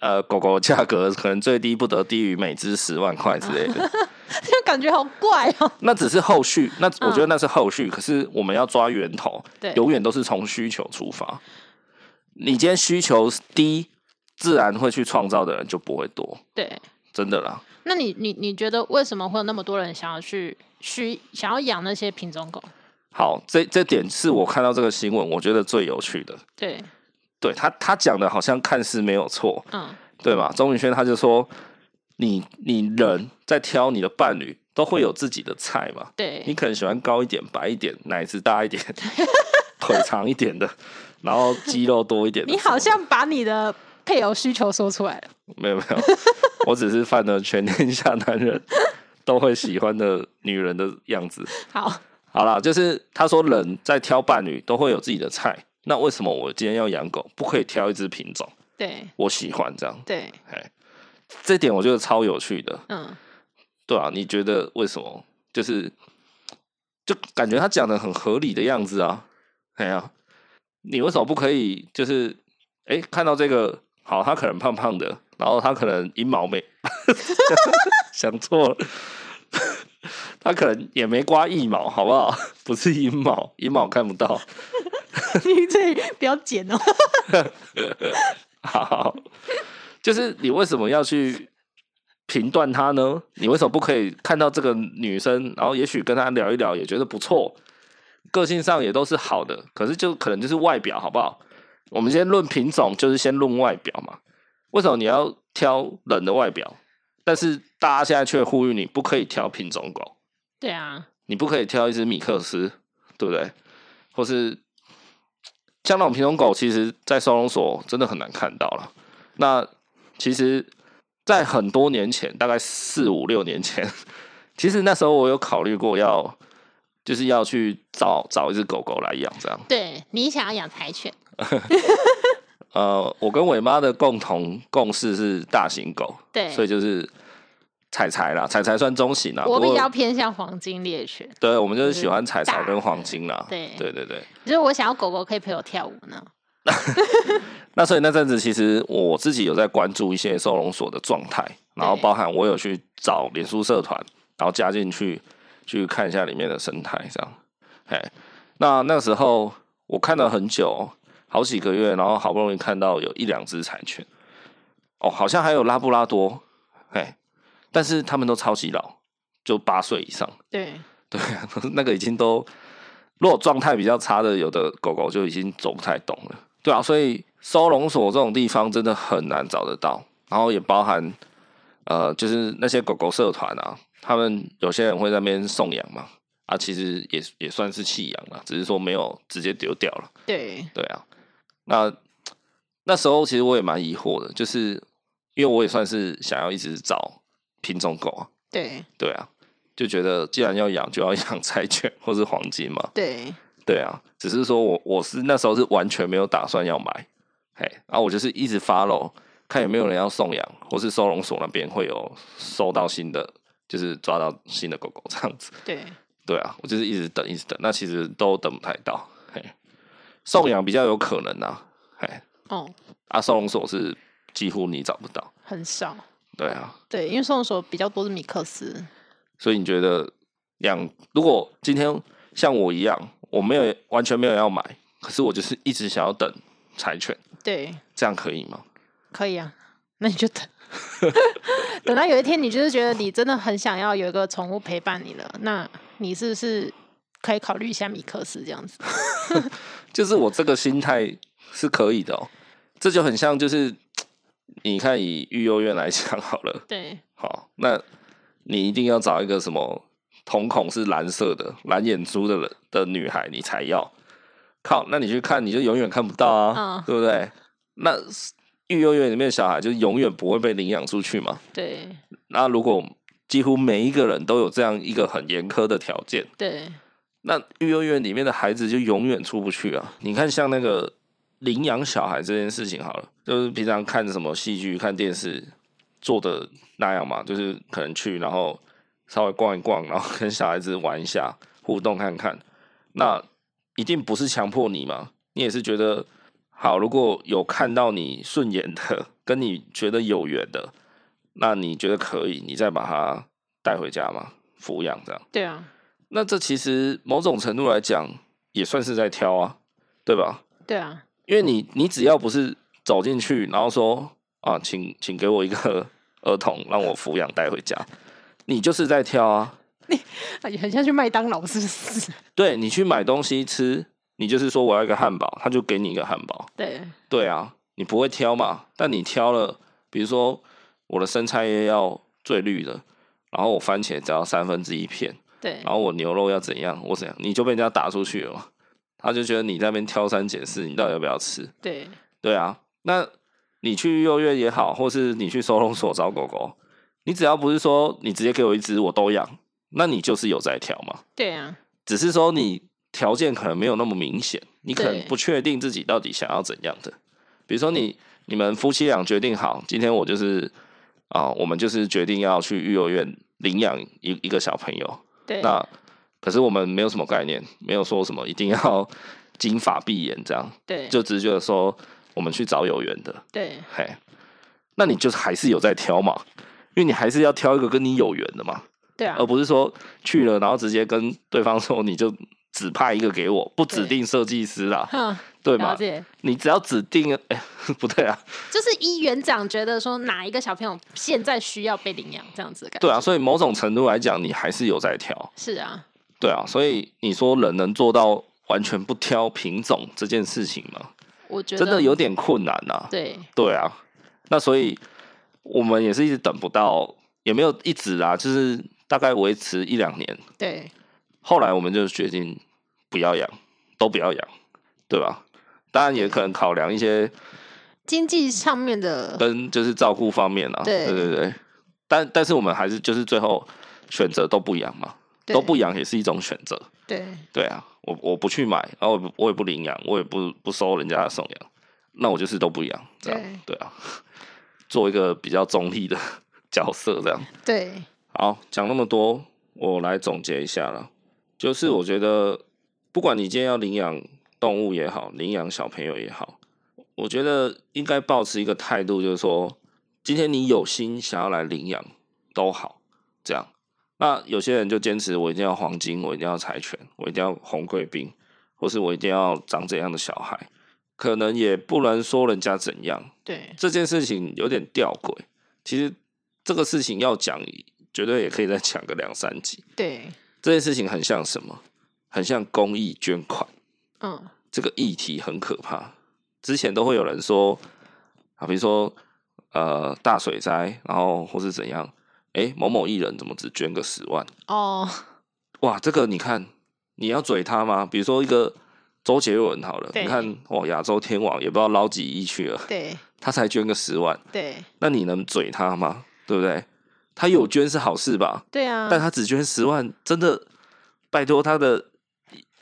Speaker 1: 呃，狗狗价格可能最低不得低于每只十万块之类的，
Speaker 2: 就感觉好怪哦、
Speaker 1: 那只是后续，那我觉得那是后续，可是我们要抓源头，
Speaker 2: 对
Speaker 1: 永远都是从需求出发。你今天需求低，自然会去创造的人就不会多，
Speaker 2: 对，
Speaker 1: 真的啦。
Speaker 2: 那你你你觉得为什么会有那么多人想要去需想要养那些品种狗？
Speaker 1: 好，这这点是我看到这个新闻，我觉得最有趣的。
Speaker 2: 对，
Speaker 1: 对他他讲的好像看似没有错，
Speaker 2: 嗯，
Speaker 1: 对吧？钟宇轩他就说，你你人在挑你的伴侣，都会
Speaker 2: 嗯
Speaker 1: 有自己的菜嘛。你
Speaker 2: 对，
Speaker 1: 可能喜欢高一点、白一点、奶子大
Speaker 2: [LAUGHS]
Speaker 1: 一点、腿长一点的，然后肌肉多一点的。
Speaker 2: 你好像把你的配偶需求说出来了。
Speaker 1: 没有没有，我只是犯了全天下男人都会喜欢的女人的样子。
Speaker 2: 好，
Speaker 1: 好啦，就是他说人在挑伴侣都会有自己的菜，那为什么我今天要养狗，不可以挑一只品种
Speaker 2: 对
Speaker 1: 我喜欢这样？
Speaker 2: 对，
Speaker 1: 哎，这点我觉得超有趣的，
Speaker 2: 嗯，
Speaker 1: 对啊，你觉得为什么？就是就感觉他讲的很合理的样子啊，哎呀、你为什么不可以？就是哎、看到这个好，他可能胖胖的，然后他可能阴毛没， [LAUGHS] 想错了，他可能也没刮腋毛，好不好？不是阴毛，阴毛看不到。
Speaker 2: [LAUGHS] 你这里不要剪哦、
Speaker 1: 好，就是你为什么要去评断她呢？你为什么不可以看到这个女生，然后也许跟她聊一聊，也觉得不错，个性上也都是好的，可是就可能就是外表好不好？我们先论品种，就是先论外表嘛。为什么你要挑人的外表？但是大家现在却呼吁你不可以挑品种狗，
Speaker 2: 对啊，
Speaker 1: 你不可以挑一只米克斯，对不对？或是像那种品种狗，其实在收容所真的很难看到了。那其实，在很多年前，大概四五六年前， [LAUGHS] 其实那时候我有考虑过要，就是要去找找一只狗狗来养这样。
Speaker 2: 对你想要养柴犬，
Speaker 1: 呃，我跟伟妈的共同共识是大型狗，
Speaker 2: 对
Speaker 1: 所以就是彩彩啦，彩彩算中型啦。
Speaker 2: 我
Speaker 1: 不
Speaker 2: 比
Speaker 1: 过
Speaker 2: 较偏向黄金猎犬，
Speaker 1: 对，我们就是
Speaker 2: 就是
Speaker 1: 喜欢彩彩
Speaker 2: 嗯大
Speaker 1: 跟黄
Speaker 2: 的
Speaker 1: 金啦。
Speaker 2: 对
Speaker 1: 对对对。
Speaker 2: 就是我想要狗狗可以陪我跳舞呢。
Speaker 1: 那所以那阵子，其实我自己有在关注一些收容所的状态，然后包含我有去找脸书社团，然后加进去去看一下里面的生态，这样。哎，那那时候我看了很久，好几个月，然后好不容易看到有一两只柴犬，哦，好像还有拉布拉多，哎，但是他们都超级老，就八岁以上。
Speaker 2: 对，
Speaker 1: 对啊， [LAUGHS] 那个已经都，如果状态比较差的，有的狗狗就已经走不太动了。对啊，所以收容所这种地方真的很难找得到，然后也包含呃，就是那些狗狗社团啊，他们有些人会在那边送养嘛，啊，其实也也算是弃养了，只是说没有直接丢掉了。
Speaker 2: 对，
Speaker 1: 对啊，那那时候其实我也蛮疑惑的，就是因为我也算是想要一直找品种狗啊，
Speaker 2: 对，
Speaker 1: 对啊，就觉得既然要养，就要养柴犬或是黄金嘛。
Speaker 2: 对，
Speaker 1: 对啊，只是说我我是那时候是完全没有打算要买，嘿，然、后我就是一直 follow，看有没有人要送养，或是收容所那边会有收到新的，就是抓到新的狗狗这样子。
Speaker 2: 对，
Speaker 1: 对啊，我就是一直等，一直等，那其实都等不太到，嘿，送养比较有可能啊，嘿，
Speaker 2: 哦，
Speaker 1: 啊，收容所是几乎你找不到，
Speaker 2: 很少。
Speaker 1: 对啊，
Speaker 2: 对，因为收容所比较多是米克斯，
Speaker 1: 所以你觉得养，如果今天像我一样，我没有完全没有要买，可是我就是一直想要等柴犬，
Speaker 2: 对，
Speaker 1: 这样可以吗？
Speaker 2: 可以啊，那你就等， [LAUGHS] 等到有一天你就是觉得你真的很想要有一个宠物陪伴你了，那你是不是可以考虑一下米克斯这样子？
Speaker 1: 就是我这个心态是可以的哦、这就很像就是你看以育幼院来讲好了，
Speaker 2: 对，
Speaker 1: 好，那你一定要找一个什么瞳孔是蓝色的、蓝眼珠的人的女孩，你才要。靠，那你去看，你就永远看不到啊，
Speaker 2: 嗯
Speaker 1: 对不对？那育幼院里面的小孩就永远不会被领养出去嘛。
Speaker 2: 对，
Speaker 1: 那如果几乎每一个人都有这样一个很严苛的条件，
Speaker 2: 对，
Speaker 1: 那育幼院里面的孩子就永远出不去啊！你看，像那个领养小孩这件事情，好了，就是平常看什么戏剧、看电视做的那样嘛，就是可能去然后稍微逛一逛，然后跟小孩子玩一下，互动看看。那一定不是强迫你嘛，你也是觉得好，如果有看到你顺眼的，跟你觉得有缘的，那你觉得可以，你再把它带回家嘛，抚养这样。
Speaker 2: 对啊，
Speaker 1: 那这其实某种程度来讲也算是在挑啊，对吧？
Speaker 2: 对啊，
Speaker 1: 因为你你只要不是走进去，然后说啊，请请给我一个儿童让我抚养带回家，你就是在挑啊。
Speaker 2: 哎很像去麦当劳是不是？ [LAUGHS]
Speaker 1: 对你去买东西吃，你就是说我要一个汉堡，他就给你一个汉堡。
Speaker 2: 对，
Speaker 1: 对啊，你不会挑嘛？但你挑了，比如说我的生菜叶要最绿的，然后我番茄只要三分之一片，
Speaker 2: 对
Speaker 1: 然，后我牛肉要怎样，我怎样，你就被人家打出去了嘛。他就觉得你在那边挑三拣四，你到底要不要吃？
Speaker 2: 对，
Speaker 1: 对啊，那你去幼院也好，或是你去收容所找狗狗，你只要不是说你直接给我一只我都养，那你就是有在挑嘛。
Speaker 2: 对啊，
Speaker 1: 只是说你条件可能没有那么明显，你可能
Speaker 2: 对
Speaker 1: 不确定自己到底想要怎样的。比如说你你们夫妻俩决定好，今天我就是啊、我们就是决定要去育幼院领养一一个小朋友，
Speaker 2: 对，
Speaker 1: 那可是我们没有什么概念，没有说什么一定要金发碧眼这样，
Speaker 2: 对，
Speaker 1: 就只是觉得说我们去找有缘的，
Speaker 2: 对，
Speaker 1: 嘿，那你就是还是有在挑嘛，因为你还是要挑一个跟你有缘的嘛，
Speaker 2: 对啊
Speaker 1: 而，不是说去了然后直接跟对方说你就指派一个给我，不指
Speaker 2: 对
Speaker 1: 定设计师啦，
Speaker 2: 哼，
Speaker 1: 呃 [LAUGHS] 对
Speaker 2: 啊了
Speaker 1: 吗？
Speaker 2: 解。
Speaker 1: 你只要指定， [LAUGHS] 哎、不对啊，
Speaker 2: 就是依园长觉得说哪一个小朋友现在需要被领养这样子的感觉。
Speaker 1: 对啊，所以某种程度来讲，你还是有在挑，
Speaker 2: 是啊，
Speaker 1: 对啊，所以你说人能做到完全不挑品种这件事情吗？
Speaker 2: 我觉得
Speaker 1: 真的有点困难呐、啊。
Speaker 2: 对
Speaker 1: 对啊，那所以我们也是一直等不到，也没有一直啊，就是大概维持一两年。
Speaker 2: 对
Speaker 1: 后来我们就决定不要养，都不要养，对吧？当然也可能考量一些
Speaker 2: 经济上面的
Speaker 1: 跟就是照顾方面啊，
Speaker 2: 对
Speaker 1: 对对对。但但是我们还是就是最后选择都不养嘛，
Speaker 2: 对
Speaker 1: 都不养也是一种选择。
Speaker 2: 对
Speaker 1: 对啊，我我不去买，然后我也不我也不领养，我也不不收人家的送养，那我就是都不养，这样对啊，做一个比较中立的 [LAUGHS] 角色这样。
Speaker 2: 对
Speaker 1: 好，讲那么多，我来总结一下了，就是我觉得不管你今天要领养动物也好，领养小朋友也好，我觉得应该保持一个态度，就是说，今天你有心想要来领养都好，这样。那有些人就坚持我一定要黄金，我一定要柴犬，我一定要红贵宾，或是我一定要长怎样的小孩，可能也不能说人家怎样。
Speaker 2: 对，
Speaker 1: 这件事情有点吊诡，其实这个事情要讲，绝对也可以再讲个两三集。
Speaker 2: 对，
Speaker 1: 这件事情很像什么？很像公益捐款。
Speaker 2: 嗯，
Speaker 1: 这个议题很可怕。之前都会有人说啊，比如说呃大水灾，然后或是怎样，诶，某某艺人怎么只捐个十万？
Speaker 2: 哦，
Speaker 1: 哇，这个你看你要嘴他吗？比如说一个周杰伦好了，
Speaker 2: 对
Speaker 1: 你看哇亚洲天王也不知道捞几亿去了，
Speaker 2: 对
Speaker 1: 他才捐个十万，
Speaker 2: 对
Speaker 1: 那你能嘴他吗？对不对？他有捐是好事吧？
Speaker 2: 对啊，
Speaker 1: 但他只捐十万，真的拜托他的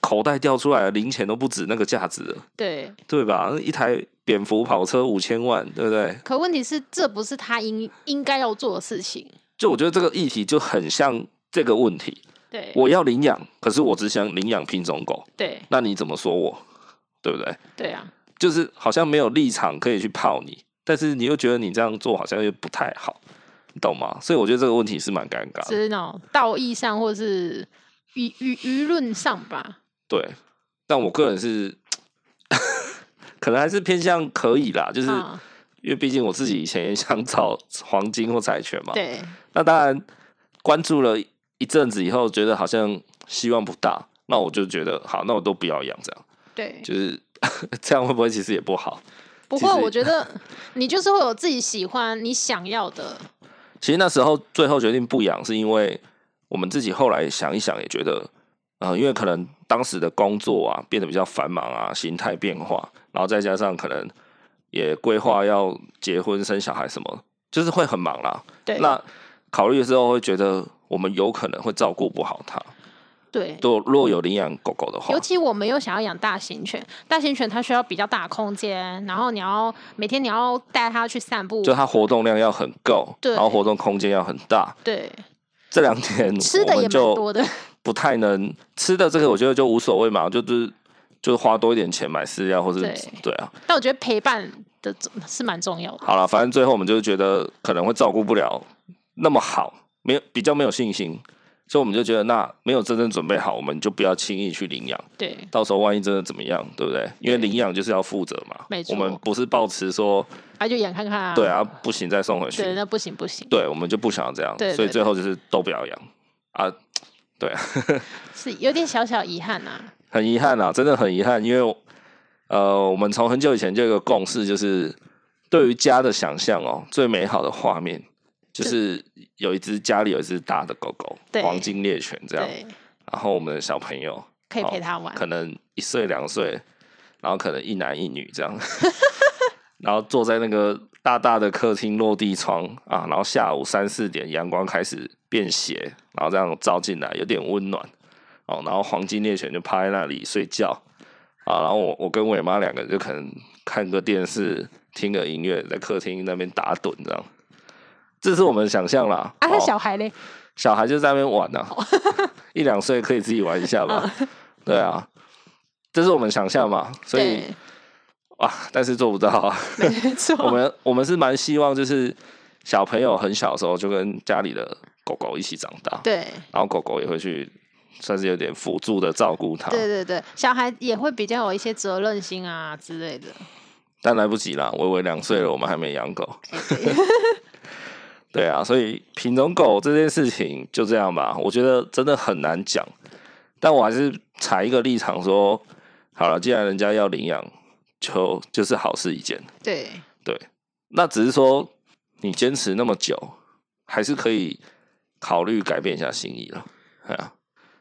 Speaker 1: 口袋掉出来的零钱都不止那个价值了。
Speaker 2: 对，
Speaker 1: 对吧？一台蝙蝠跑车五千万，对不对？
Speaker 2: 可问题是这不是他应应该要做的事情。
Speaker 1: 就我觉得这个议题就很像这个问题。
Speaker 2: 对，
Speaker 1: 我要领养，可是我只想领养品种狗，
Speaker 2: 对
Speaker 1: 那你怎么说我？对不对？
Speaker 2: 对啊，
Speaker 1: 就是好像没有立场可以去泡你，但是你又觉得你这样做好像又不太好，你懂吗？所以我觉得这个问题是蛮尴尬
Speaker 2: 就
Speaker 1: 的。
Speaker 2: 是那种道义上或是舆舆舆论上吧。
Speaker 1: 对，但我个人是， [LAUGHS] 可能还是偏向可以啦，就是
Speaker 2: 嗯
Speaker 1: 因为毕竟我自己以前也想找黄金或柴犬嘛，
Speaker 2: 对
Speaker 1: 那当然关注了一阵子以后，觉得好像希望不大，那我就觉得好，那我都不要养，这样
Speaker 2: 对，
Speaker 1: 就是 [LAUGHS] 这样会不会其实也不好？
Speaker 2: 不
Speaker 1: 其
Speaker 2: 过
Speaker 1: 实
Speaker 2: 我
Speaker 1: [LAUGHS]
Speaker 2: 觉得你就是会有自己喜欢、你想要的。
Speaker 1: 其实那时候最后决定不养，是因为我们自己后来想一想，也觉得，呃，因为可能当时的工作啊变得比较繁忙啊，形态变化，然后再加上可能也规划要结婚生小孩什么，就是会很忙啦。
Speaker 2: 对，
Speaker 1: 那考虑的时候会觉得，我们有可能会照顾不好它。
Speaker 2: 对，
Speaker 1: 若若有领养狗狗的话
Speaker 2: 尤，其我们又想要养大型犬，大型犬它需要比较大的空间，然后你要每天你要带它去散步
Speaker 1: 就，它活动量要很够，
Speaker 2: 对
Speaker 1: 然后活动空间要很大。
Speaker 2: 对，
Speaker 1: 这两点
Speaker 2: 吃的
Speaker 1: 我们
Speaker 2: 也蛮
Speaker 1: 就
Speaker 2: 多的，
Speaker 1: 不太能吃的这个，我觉得就无所谓嘛，就是就是花多一点钱买饲料，或是
Speaker 2: 对
Speaker 1: 对啊，
Speaker 2: [LAUGHS] 但我觉得陪伴的是蛮重要的。
Speaker 1: 好了，反正最后我们就是觉得可能会照顾不了那么好，没有比较没有信心，所以我们就觉得那没有真正准备好，我们就不要轻易去领养，
Speaker 2: 对
Speaker 1: 到时候万一真的怎么样，对不对？因为领养就是要负责嘛，
Speaker 2: 没错
Speaker 1: 我们不是抱持说
Speaker 2: 啊，就养看看啊。
Speaker 1: 对啊不行再送回去，
Speaker 2: 对，那不行不行，
Speaker 1: 对，我们就不想要这样，
Speaker 2: 对
Speaker 1: 所以
Speaker 2: 对
Speaker 1: 最后就是都不要养啊，对，
Speaker 2: 是有点小小遗憾啊呐。
Speaker 1: 很遗憾啊
Speaker 2: 嗯
Speaker 1: 啦，真的很遗憾，因为我呃，我们从很久以前就有一个共识，就是对于家的想象哦，最美好的画面就是有一只家里有一只大的狗狗，
Speaker 2: 对
Speaker 1: 黄金猎犬这样，
Speaker 2: 对，
Speaker 1: 然后我们的小朋友
Speaker 2: 可以
Speaker 1: 啊好
Speaker 2: 陪它玩。
Speaker 1: 哦可能一岁两岁，然后可能一男一女这
Speaker 2: [LAUGHS]
Speaker 1: 样，然后坐在那个大大的客厅落地窗啊，然后下午三四点阳光开始变斜，然后这样照进来有点温暖哦，然后黄金猎犬就趴在那里睡觉啊，然后我我跟伟妈两个人就可能看个电视，听个音乐，在客厅那边打盹这样。这是我们的想象啦，
Speaker 2: 啊，那
Speaker 1: 哦
Speaker 2: 小孩嘞？
Speaker 1: 小孩就在那边玩呐、
Speaker 2: 哦
Speaker 1: 啊， [LAUGHS] 一两岁可以自己玩一下吧。
Speaker 2: 嗯
Speaker 1: [LAUGHS] 对啊，这是我们想象嘛，所以
Speaker 2: 对，
Speaker 1: 哇，但是做不到
Speaker 2: [LAUGHS]
Speaker 1: 啊。
Speaker 2: 没错，
Speaker 1: [LAUGHS] 我们我们是蛮希望，就是小朋友很小的时候就跟家里的狗狗一起长大，
Speaker 2: 对
Speaker 1: 然后狗狗也会去，算是有点辅助的照顾它。
Speaker 2: 对对对，小孩也会比较有一些责任心啊之类的。
Speaker 1: 但来不及啦，微微两岁了，我们还没养狗。
Speaker 2: 嗯 [LAUGHS] 哎对
Speaker 1: [LAUGHS] 对啊，所以品种狗这件事情就这样吧，我觉得真的很难讲。但我还是采一个立场说，好了，既然人家要领养，就就是好事一件。
Speaker 2: 对
Speaker 1: 对，那只是说你坚持那么久，还是可以考虑改变一下心意了。哎呀、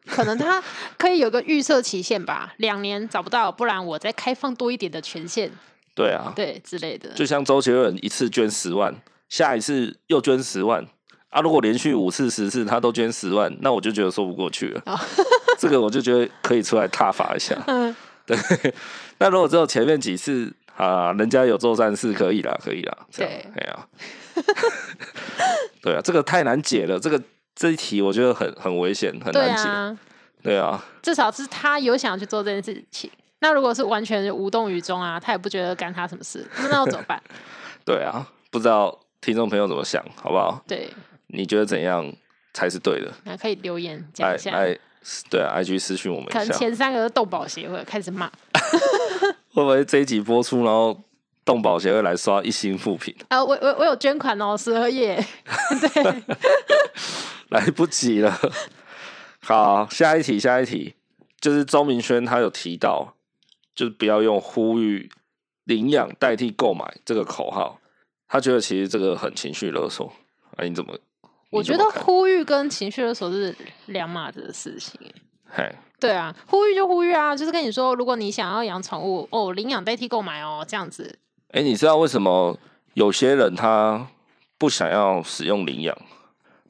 Speaker 2: 可能
Speaker 1: [LAUGHS]
Speaker 2: 他可以有个预设期限吧，两年找不到，不然我再开放多一点的权限，
Speaker 1: 对啊，
Speaker 2: 对之类的。
Speaker 1: 就像周杰伦一次捐十万，下一次又捐十万啊！如果连续五次、十次他都捐十万，那我就觉得说不过去了。
Speaker 2: 哦
Speaker 1: 这个我就觉得可以出来踏伐一下。
Speaker 2: [LAUGHS] 嗯，
Speaker 1: 对，那如果只有前面几次啊，人家有做善事，可以啦，可以啦，这样
Speaker 2: 对，
Speaker 1: 哎呀、 [LAUGHS] 对啊，这个太难解了，这个这一题我觉得很很危险，很
Speaker 2: 对
Speaker 1: 难解。
Speaker 2: 啊，
Speaker 1: 对啊，
Speaker 2: 至少是他有想要去做这件事情。那如果是完全无动于衷啊，他也不觉得干他什么事，那要怎么办？ [LAUGHS]
Speaker 1: 对啊，不知道听众朋友怎么想，好不好？
Speaker 2: 对，
Speaker 1: 你觉得怎样才是对的？
Speaker 2: 那可以留言讲
Speaker 1: 来
Speaker 2: 一下。
Speaker 1: 来，对啊，IG 私讯我们
Speaker 2: 可
Speaker 1: 一下，
Speaker 2: 能前三个都动保协会开始骂，
Speaker 1: 会不会这一集播出，然后动保协会来刷一星复评？ [LAUGHS]
Speaker 2: 啊，我我我有捐款哦，十二页，
Speaker 1: 来不及了。 [LAUGHS] 好，下一题，下一题，就是周明轩他有提到，就是不要用呼吁领养代替购买这个口号，他觉得其实这个很情绪勒索。哎、你怎么？
Speaker 2: 我
Speaker 1: 你怎
Speaker 2: 觉
Speaker 1: 么
Speaker 2: 得
Speaker 1: 看
Speaker 2: 呼吁跟情绪勒索是两码子的事情。
Speaker 1: 嘿，
Speaker 2: 对啊，呼吁就呼吁啊，就是跟你说，如果你想要养宠物，哦，领养代替购买哦，这样子。
Speaker 1: 哎、你知道为什么有些人他不想要使用领养，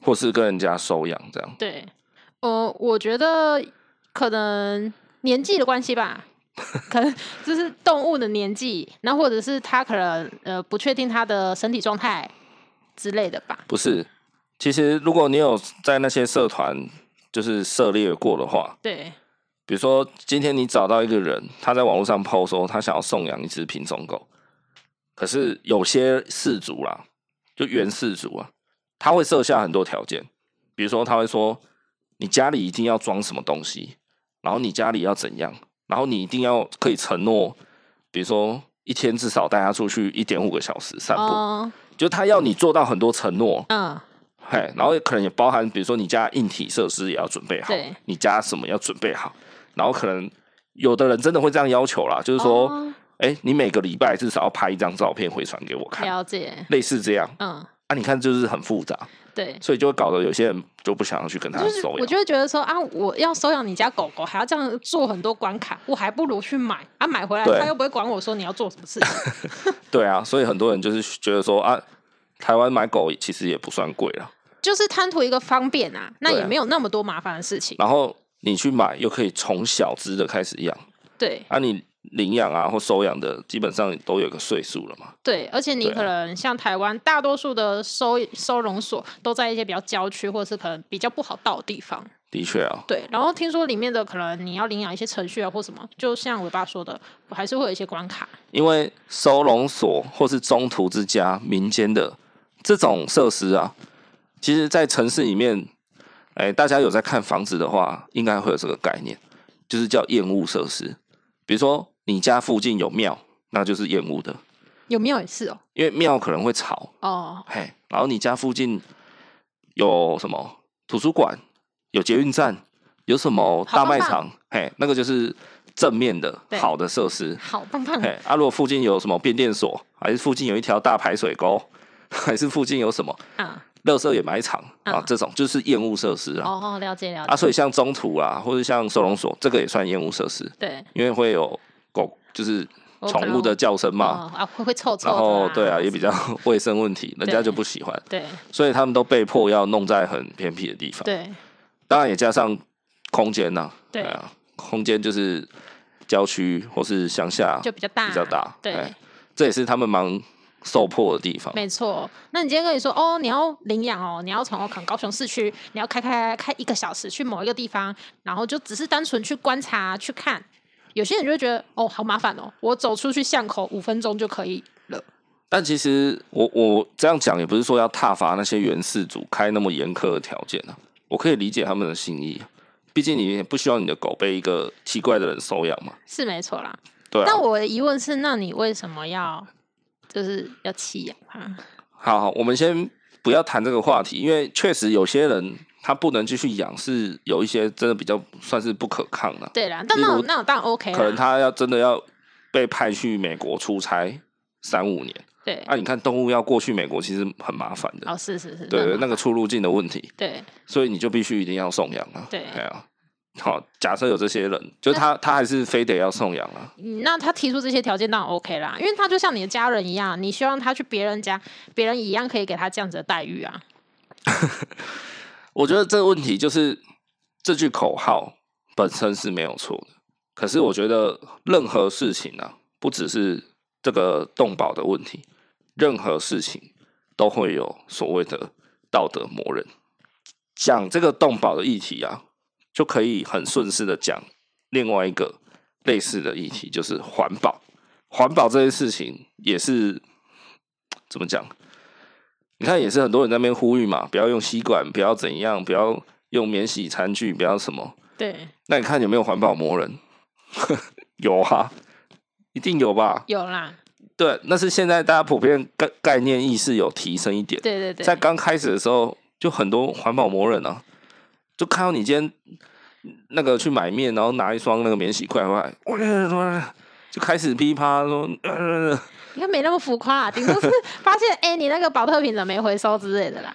Speaker 1: 或是跟人家收养这样？
Speaker 2: 对，呃，我觉得可能年纪的关系吧，可
Speaker 1: [LAUGHS]
Speaker 2: 能就是动物的年纪，那或者是它可能呃不确定它的身体状态之类的吧。
Speaker 1: 不是，其实如果你有在那些社团就是涉猎过的话，
Speaker 2: 对，
Speaker 1: 比如说，今天你找到一个人，他在网络上 PO 说他想要送养一只品种狗，可是有些饲主啦，就原饲主啊，他会设下很多条件，比如说他会说你家里一定要装什么东西，然后你家里要怎样，然后你一定要可以承诺，比如说一天至少带他出去一点五个小时散步，
Speaker 2: 嗯
Speaker 1: 就他要你做到很多承诺，
Speaker 2: 嗯，
Speaker 1: 嘿，然后可能也包含，比如说你家硬体设施也要准备好
Speaker 2: 对，
Speaker 1: 你家什么要准备好，然后可能有的人真的会这样要求啦，就是说，
Speaker 2: 哦
Speaker 1: 哎、你每个礼拜至少要拍一张照片回传给我看，
Speaker 2: 了解，
Speaker 1: 类似这样
Speaker 2: 嗯，
Speaker 1: 啊，你看就是很复杂，
Speaker 2: 对。
Speaker 1: 所以就会搞得有些人就不想要去跟他
Speaker 2: 就是
Speaker 1: 收
Speaker 2: 我
Speaker 1: 养，
Speaker 2: 就会觉得说啊，我要收养你家狗狗，还要这样做很多关卡，我还不如去买啊，买回来
Speaker 1: 对
Speaker 2: 他又不会管我说你要做什么事情。
Speaker 1: 对啊，所以很多人就是觉得说啊，台湾买狗其实也不算贵了，
Speaker 2: 就是贪图一个方便啊，那
Speaker 1: 对
Speaker 2: 也
Speaker 1: 啊
Speaker 2: 没有那么多麻烦的事情。
Speaker 1: 然后你去买又可以从小只的开始养，
Speaker 2: 对
Speaker 1: 啊，你领养啊或收养的基本上都有个岁数了嘛。
Speaker 2: 对，而且你
Speaker 1: 对啊
Speaker 2: 可能像台湾大多数的收收容所都在一些比较郊区，或者是可能比较不好到的地方。
Speaker 1: 的确啊，
Speaker 2: 对，然后听说里面的可能你要领养一些程序啊或什么，就像我爸说的，我还是会有一些关卡。
Speaker 1: 因为收容所或是中途之家、民间的这种设施啊，其实，在城市里面，哎，大家有在看房子的话，应该会有这个概念，就是叫厌恶设施。比如说，你家附近有庙，那就是厌恶的，
Speaker 2: 有没有也是哦？
Speaker 1: 因为庙可能会吵，
Speaker 2: 哦，
Speaker 1: 嘿。然后你家附近有什么图书馆、有捷运站、有什么大卖场，嘿，那个就是正面的
Speaker 2: 对
Speaker 1: 好的设施。
Speaker 2: 好棒
Speaker 1: [LAUGHS]
Speaker 2: 棒，
Speaker 1: 嘿，啊，如果附近有什么变电所，还是附近有一条大排水沟，还是附近有什么
Speaker 2: 啊！
Speaker 1: 垃圾掩埋场啊
Speaker 2: 嗯，
Speaker 1: 这种就是厌恶设施啊。
Speaker 2: 哦，了解了解，
Speaker 1: 啊，所以像中途啊，或者像收容所，这个也算厌恶设施，
Speaker 2: 对，
Speaker 1: 因为会有狗，就是
Speaker 2: 我可
Speaker 1: 宠
Speaker 2: 能
Speaker 1: 物的叫声嘛，
Speaker 2: 哦啊会会臭臭
Speaker 1: 然
Speaker 2: 的、
Speaker 1: 后对啊，也
Speaker 2: 对
Speaker 1: 比较 [LAUGHS] 卫生问题，人家就不喜欢，
Speaker 2: 对
Speaker 1: 所以他们都被迫要弄在很偏僻的地方。
Speaker 2: 对
Speaker 1: 当然也加上空间呐、
Speaker 2: 对
Speaker 1: 哎呀空间就是郊区或是乡下，
Speaker 2: 就比较大
Speaker 1: 比较大
Speaker 2: 对。
Speaker 1: 哎这也是他们蛮受迫的地方。
Speaker 2: 没错，那你今天跟你说哦，你要领养哦，你要从可能高雄市区，你要开开开一个小时去某一个地方，然后就只是单纯去观察去看。有些人就会觉得哦，好麻烦哦，我走出去巷口五分钟就可以了。
Speaker 1: 但其实我我这样讲也不是说要挞伐那些原事主开那么严苛的条件啊，我可以理解他们的心意啊，毕竟你也不希望你的狗被一个奇怪的人收养嘛，
Speaker 2: 是没错啦。
Speaker 1: 对啊
Speaker 2: 但。我的疑问是，那你为什么要就是要啊弃养它？
Speaker 1: 好好，我们先不要谈这个话题，因为确实有些人他不能继续养，是有一些真的比较算是不可抗的、
Speaker 2: 对啦，但
Speaker 1: 例
Speaker 2: 那
Speaker 1: 如
Speaker 2: 种那种当然 OK
Speaker 1: 啊可能
Speaker 2: 啦。
Speaker 1: 他要真的要被派去美国出差三五年，
Speaker 2: 对，
Speaker 1: 啊，你看动物要过去美国其实很麻烦的，
Speaker 2: 哦，是是是，
Speaker 1: 对对，
Speaker 2: 那
Speaker 1: 那个出入境的问题，
Speaker 2: 对
Speaker 1: 所以你就必须一定要送养啊。
Speaker 2: 对
Speaker 1: 哎呀，好，假设有这些人，就他他还是非得要送养啊。
Speaker 2: 嗯那他提出这些条件当然 OK 啦，因为他就像你的家人一样，你希望他去别人家，别人一样可以给他这样子的待遇啊。
Speaker 1: 我觉得这个问题就是这句口号本身是没有错的，可是我觉得任何事情啊，不只是这个动保的问题，任何事情都会有所谓的道德磨人。讲这个动保的议题啊，就可以很顺势的讲另外一个类似的议题，就是环保。环保这件事情也是怎么讲？你看，也是很多人在那边呼吁嘛，不要用吸管，不要怎样，不要用免洗餐具，不要什么。
Speaker 2: 对，
Speaker 1: 那你看有没有环保魔人？ [LAUGHS] 有啊，一定有吧？
Speaker 2: 有啦，
Speaker 1: 对，那是现在大家普遍概概念意识有提升一点。
Speaker 2: 对对对，
Speaker 1: 在刚开始的时候，就很多环保魔人啊，就看到你今天那个去买面，然后拿一双那个免洗筷回来，哇，就开始噼啪说， [LAUGHS] 呃
Speaker 2: 应该没那么浮夸啦，顶多
Speaker 1: [LAUGHS]
Speaker 2: 是发现哎、你那个保特瓶怎么没回收之类的啦。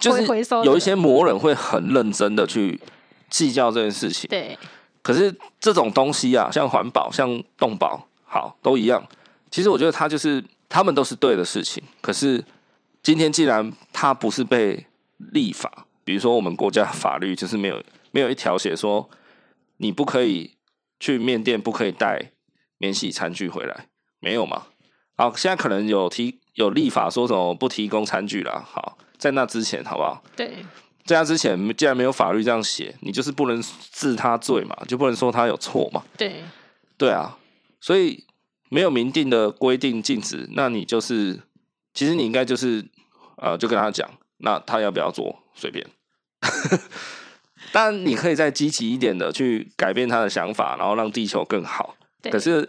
Speaker 1: 就是
Speaker 2: 回回收的
Speaker 1: 有一些魔人会很认真的去计较这件事情。
Speaker 2: 对，
Speaker 1: 可是这种东西啊，像环保、像动保，好都一样。其实我觉得它就是他们都是对的事情。可是今天既然它不是被立法，比如说我们国家法律就是没有没有一条写说你不可以去面店不可以带免洗餐具回来，没有嘛？好，现在可能有提有立法说什么不提供餐具啦。好，在那之前好不好？
Speaker 2: 对，
Speaker 1: 在他之前，既然没有法律这样写，你就是不能治他罪嘛，就不能说他有错嘛。
Speaker 2: 对，
Speaker 1: 对啊，所以没有明定的规定禁止，那你就是，其实你应该就是，呃，就跟他讲，那他要不要做随便。 [LAUGHS] 当然，你可以再积极一点的去改变他的想法，然后让地球更好。
Speaker 2: 对
Speaker 1: 可是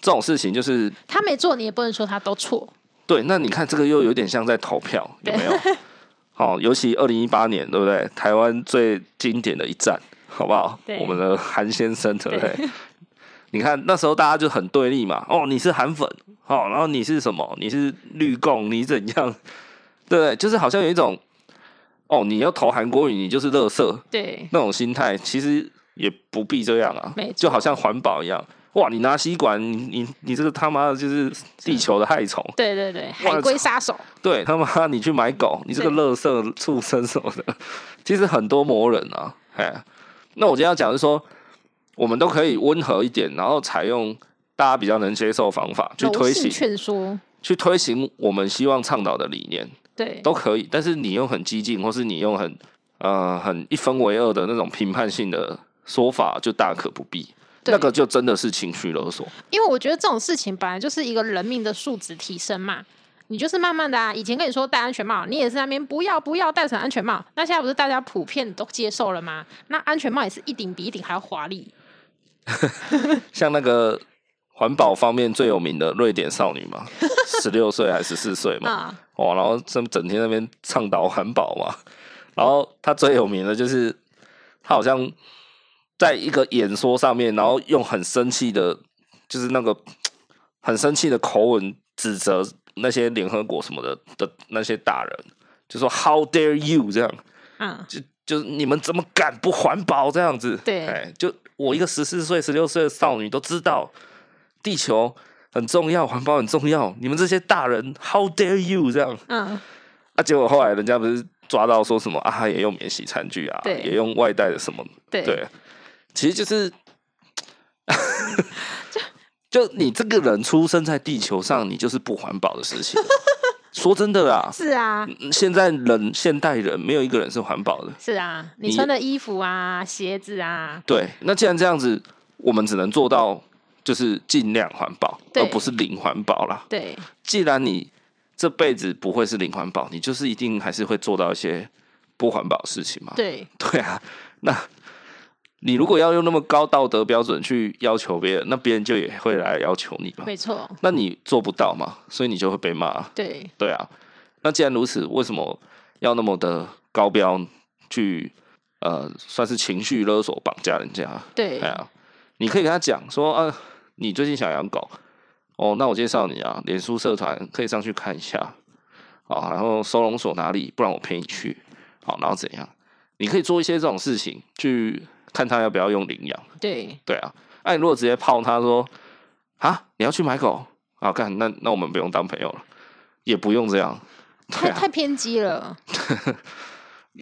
Speaker 1: 这种事情就是
Speaker 2: 他没做，你也不能说他都错。
Speaker 1: 对，那你看这个又有点像在投票，有没有？ [LAUGHS] 好、尤其二零一八年，对不对？台湾最经典的一战，好不好
Speaker 2: 对？
Speaker 1: 我们的韩先生，对不对？ [LAUGHS] 你看那时候大家就很对立嘛，哦，你是韩粉，哦，然后你是什么？你是绿共，你怎样？ [LAUGHS] 对不对？就是好像有一种，哦，你要投韩国语，你就是垃圾
Speaker 2: 对，
Speaker 1: 那种心态，其实也不必这样啊
Speaker 2: 没错，
Speaker 1: 就好像环保一样，哇，你拿吸管，你你你这个他妈的就是地球的害虫。
Speaker 2: 对对对，海龟杀手。
Speaker 1: 对他妈，你去买
Speaker 2: [LAUGHS]
Speaker 1: 狗，你这个
Speaker 2: 对
Speaker 1: 乐色畜生什么的， [LAUGHS] 其实很多魔人啊，哎，那我今天要讲的是说，我们都可以温和一点，然后采用大家比较能接受的方法去推
Speaker 2: 柔性
Speaker 1: 行，
Speaker 2: 劝说，
Speaker 1: 去推行我们希望倡导的理念
Speaker 2: 对，
Speaker 1: 都可以，但是你用很激进，或是你用很呃很一分为二的那种评判性的说法，就大可不必，
Speaker 2: 对
Speaker 1: 那个就真的是情绪勒索。
Speaker 2: 因为我觉得这种事情本来就是一个人命的素质提升嘛。你就是慢慢的啊，以前跟你说戴安全帽，你也是在那边不要不要戴成安全帽，那现在不是大家普遍都接受了吗？那安全帽也是一顶比一顶还要华丽，
Speaker 1: 像那个环保方面最有名的瑞典少女嘛，十六岁还是十四岁嘛，
Speaker 2: 啊，
Speaker 1: 哦，然后整整天那边倡导环保嘛，然后她最有名的就是她好像在一个演说上面，然后用很生气的，就是那个很生气的口吻指责那些联合国什么的的那些大人，就说 “How dare you” 这样。
Speaker 2: 嗯，
Speaker 1: 就就是你们怎么敢不环保这样子？
Speaker 2: 对
Speaker 1: 哎，就我一个十四岁、十六岁的少女都知道，地球很重要，环保很重要。你们这些大人，How dare you 这样？
Speaker 2: 嗯，
Speaker 1: 啊，结果后来人家不是抓到说什么啊，也用免洗餐具啊，
Speaker 2: 对
Speaker 1: 也用外带的什么，
Speaker 2: 对，
Speaker 1: 对，其实就是。 [LAUGHS] 就你这个人出生在地球
Speaker 2: [LAUGHS]
Speaker 1: 上，你就是不环保的事情。说真的啦，
Speaker 2: 是啊，
Speaker 1: 现在人现代人没有一个人是环保的。
Speaker 2: 是啊，你
Speaker 1: 你
Speaker 2: 穿的衣服啊，鞋子啊，
Speaker 1: 对，那既然这样子，我们只能做到就是尽量环保，
Speaker 2: 对
Speaker 1: 而不是零环保啦。
Speaker 2: 对，
Speaker 1: 既然你这辈子不会是零环保，你就是一定还是会做到一些不环保的事情嘛。
Speaker 2: 对，
Speaker 1: [LAUGHS] 对啊，那你如果要用那么高道德标准去要求别人，那别人就也会来要求你嘛。
Speaker 2: 没错，
Speaker 1: 那你做不到嘛，所以你就会被骂啊。
Speaker 2: 对，
Speaker 1: 对啊，那既然如此，为什么要那么的高标去呃，算是情绪勒索绑架人家？
Speaker 2: 对
Speaker 1: 哎，呀，你可以跟他讲说，啊，你最近想养狗，哦，那我介绍你啊，脸书社团可以上去看一下，啊，然后收容所哪里，不然我陪你去，好，然后怎样？你可以做一些这种事情，去看他要不要用领养，
Speaker 2: 对，
Speaker 1: 对啊，那、你如果直接泡他说，啊，你要去买狗，啊，干，那那我们不用当朋友了，也不用这样，对
Speaker 2: 太
Speaker 1: 啊
Speaker 2: 太偏激了，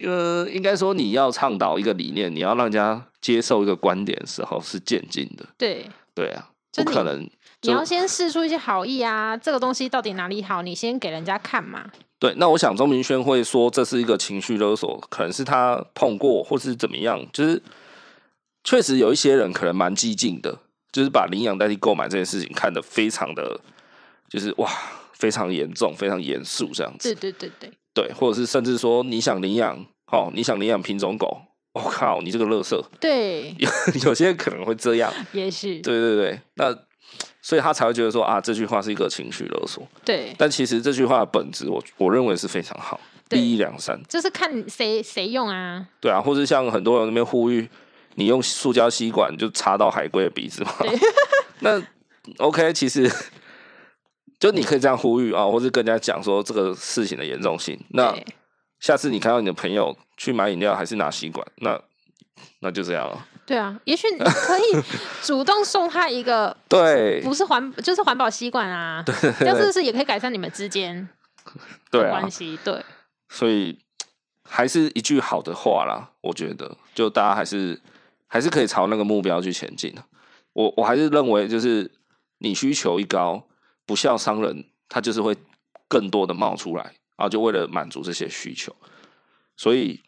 Speaker 1: 呃，应该说你要倡导一个理念，你要让人家接受一个观点的时候是渐进的，
Speaker 2: 对，
Speaker 1: 对啊，
Speaker 2: 就
Speaker 1: 不可
Speaker 2: 你
Speaker 1: 能
Speaker 2: 你
Speaker 1: 就
Speaker 2: 要先试出一些好意啊，这个东西到底哪里好，你先给人家看嘛。
Speaker 1: 对，那我想钟明轩会说这是一个情绪勒索，可能是他碰过或是怎么样，就是确实有一些人可能蛮激进的，就是把领养代替购买这件事情看得非常的，就是哇，非常严重，非常严肃这样
Speaker 2: 对
Speaker 1: 子。
Speaker 2: 对对对，
Speaker 1: 对，或者是甚至说你想领养，哦，你想领养品种狗，我、靠，你这个乐色，
Speaker 2: 对，
Speaker 1: [LAUGHS] 有些人可能会这样。
Speaker 2: 也是，
Speaker 1: 对对对，那所以他才会觉得说啊，这句话是一个情绪勒索。
Speaker 2: 对，
Speaker 1: 但其实这句话的本质我，我认为是非常好，
Speaker 2: 对
Speaker 1: 利益良善。
Speaker 2: 就是看谁谁用啊，
Speaker 1: 对啊，或是像很多人那边呼吁，你用塑胶吸管就插到海龟的鼻子嘛。 [LAUGHS] 那 OK，其实就你可以这样呼吁啊，或是跟人家讲说这个事情的严重性。那
Speaker 2: 对
Speaker 1: 下次你看到你的朋友去买饮料还是拿吸管，那那就这样了。
Speaker 2: 对啊，也许你
Speaker 1: [LAUGHS]
Speaker 2: 可以主动送他一个
Speaker 1: 对
Speaker 2: 不是环就是环保吸管啊，这样是不是也可以改善你们之间
Speaker 1: 对
Speaker 2: 的
Speaker 1: 啊
Speaker 2: 关，系？对，
Speaker 1: 所以还是一句好的话啦，我觉得就大家还是还是可以朝那个目标去前进的。我我还是认为，就是你需求一高，不孝商人他就是会更多的冒出来啊，就为了满足这些需求。所以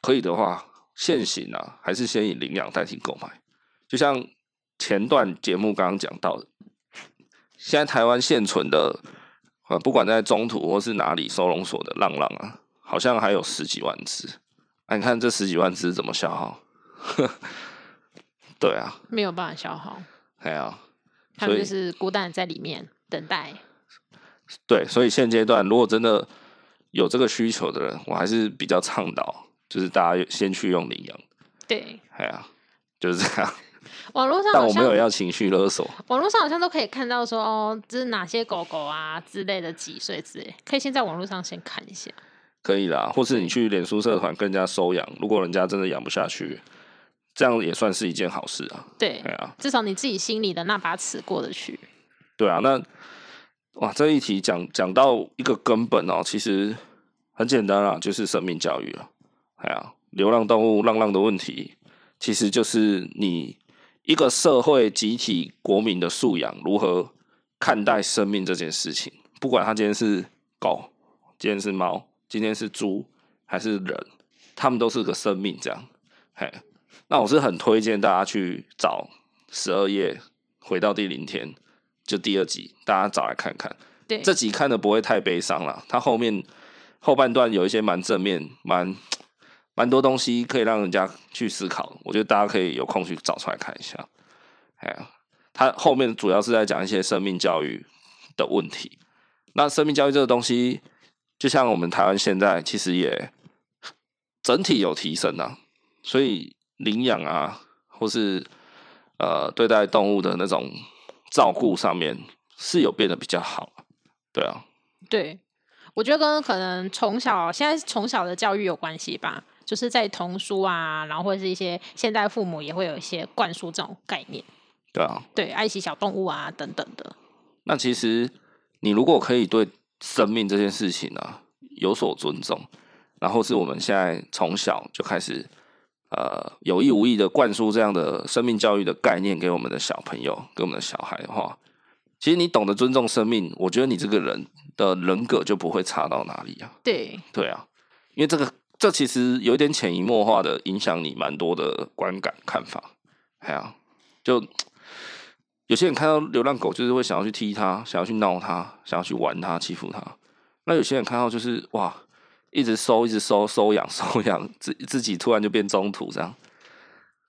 Speaker 1: 可以的话，现行啊，还是先以领养代替购买。就像前段节目刚刚讲到的，现在台湾现存的呃，不管在中途或是哪里收容所的浪浪啊，好像还有十几万只。啊，你看这十几万只怎么消耗？ [LAUGHS] 对啊，
Speaker 2: 没有办法消耗，
Speaker 1: 哎呀、
Speaker 2: 他
Speaker 1: 所
Speaker 2: 们
Speaker 1: 以
Speaker 2: 就是孤单地在里面等待。
Speaker 1: 对，所以现阶段如果真的有这个需求的人，我还是比较倡导，就是大家先去用领养。
Speaker 2: 对，
Speaker 1: 哎呀、就是这样。
Speaker 2: 网络上
Speaker 1: 但
Speaker 2: 好
Speaker 1: 我没有
Speaker 2: 像
Speaker 1: 要情绪勒索。
Speaker 2: 网络上好像都可以看到说哦，这是哪些狗狗啊之类的几岁之类，可以先在网络上先看一下。
Speaker 1: 可以啦，或是你去脸书社团跟人家收养，如果人家真的养不下去，这样也算是一件好事啊。
Speaker 2: 对
Speaker 1: 哎，呀，
Speaker 2: 至少你自己心里的那把尺过得去。
Speaker 1: 对啊，那哇，这一题讲讲到一个根本哦，其实很简单啦，就是生命教育啊。哎呀，流浪动物浪浪的问题，其实就是你一个社会集体国民的素养，如何看待生命这件事情。不管它今天是狗，今天是猫，今天是猪还是人，它们都是个生命，这样。嘿，那我是很推荐大家去找十二页，回到第零天，就第二集，大家找来看看。
Speaker 2: 对，
Speaker 1: 这集看的不会太悲伤啦，它后面后半段有一些蛮正面，蛮蛮多东西可以让人家去思考。我觉得大家可以有空去找出来看一下。哎呀，它后面主要是在讲一些生命教育的问题。那生命教育这个东西，就像我们台湾现在其实也整体有提升啊，所以领养啊，或是呃对待动物的那种照顾上面是有变得比较好。对啊，
Speaker 2: 对，我觉得跟可能从小现在是从小的教育有关系吧，就是在童书啊，然后或者是一些现代父母也会有一些灌输这种概念，
Speaker 1: 对啊。
Speaker 2: 对，爱惜小动物啊等等的。
Speaker 1: 那其实你如果可以对生命这件事情啊有所尊重，然后是我们现在从小就开始呃有意无意的灌输这样的生命教育的概念给我们的小朋友、给我们的小孩的话，其实你懂得尊重生命，我觉得你这个人的人格就不会差到哪里啊。
Speaker 2: 对，
Speaker 1: 对啊，因为这个这其实有一点潜移默化的影响你蛮多的观感看法。哎呀、就有些人看到流浪狗，就是会想要去踢它，想要去闹它，想要去玩它，欺负它。那有些人看到就是哇，一直收，一直收，收养， [LAUGHS] 收养，自自己突然就变中途这样。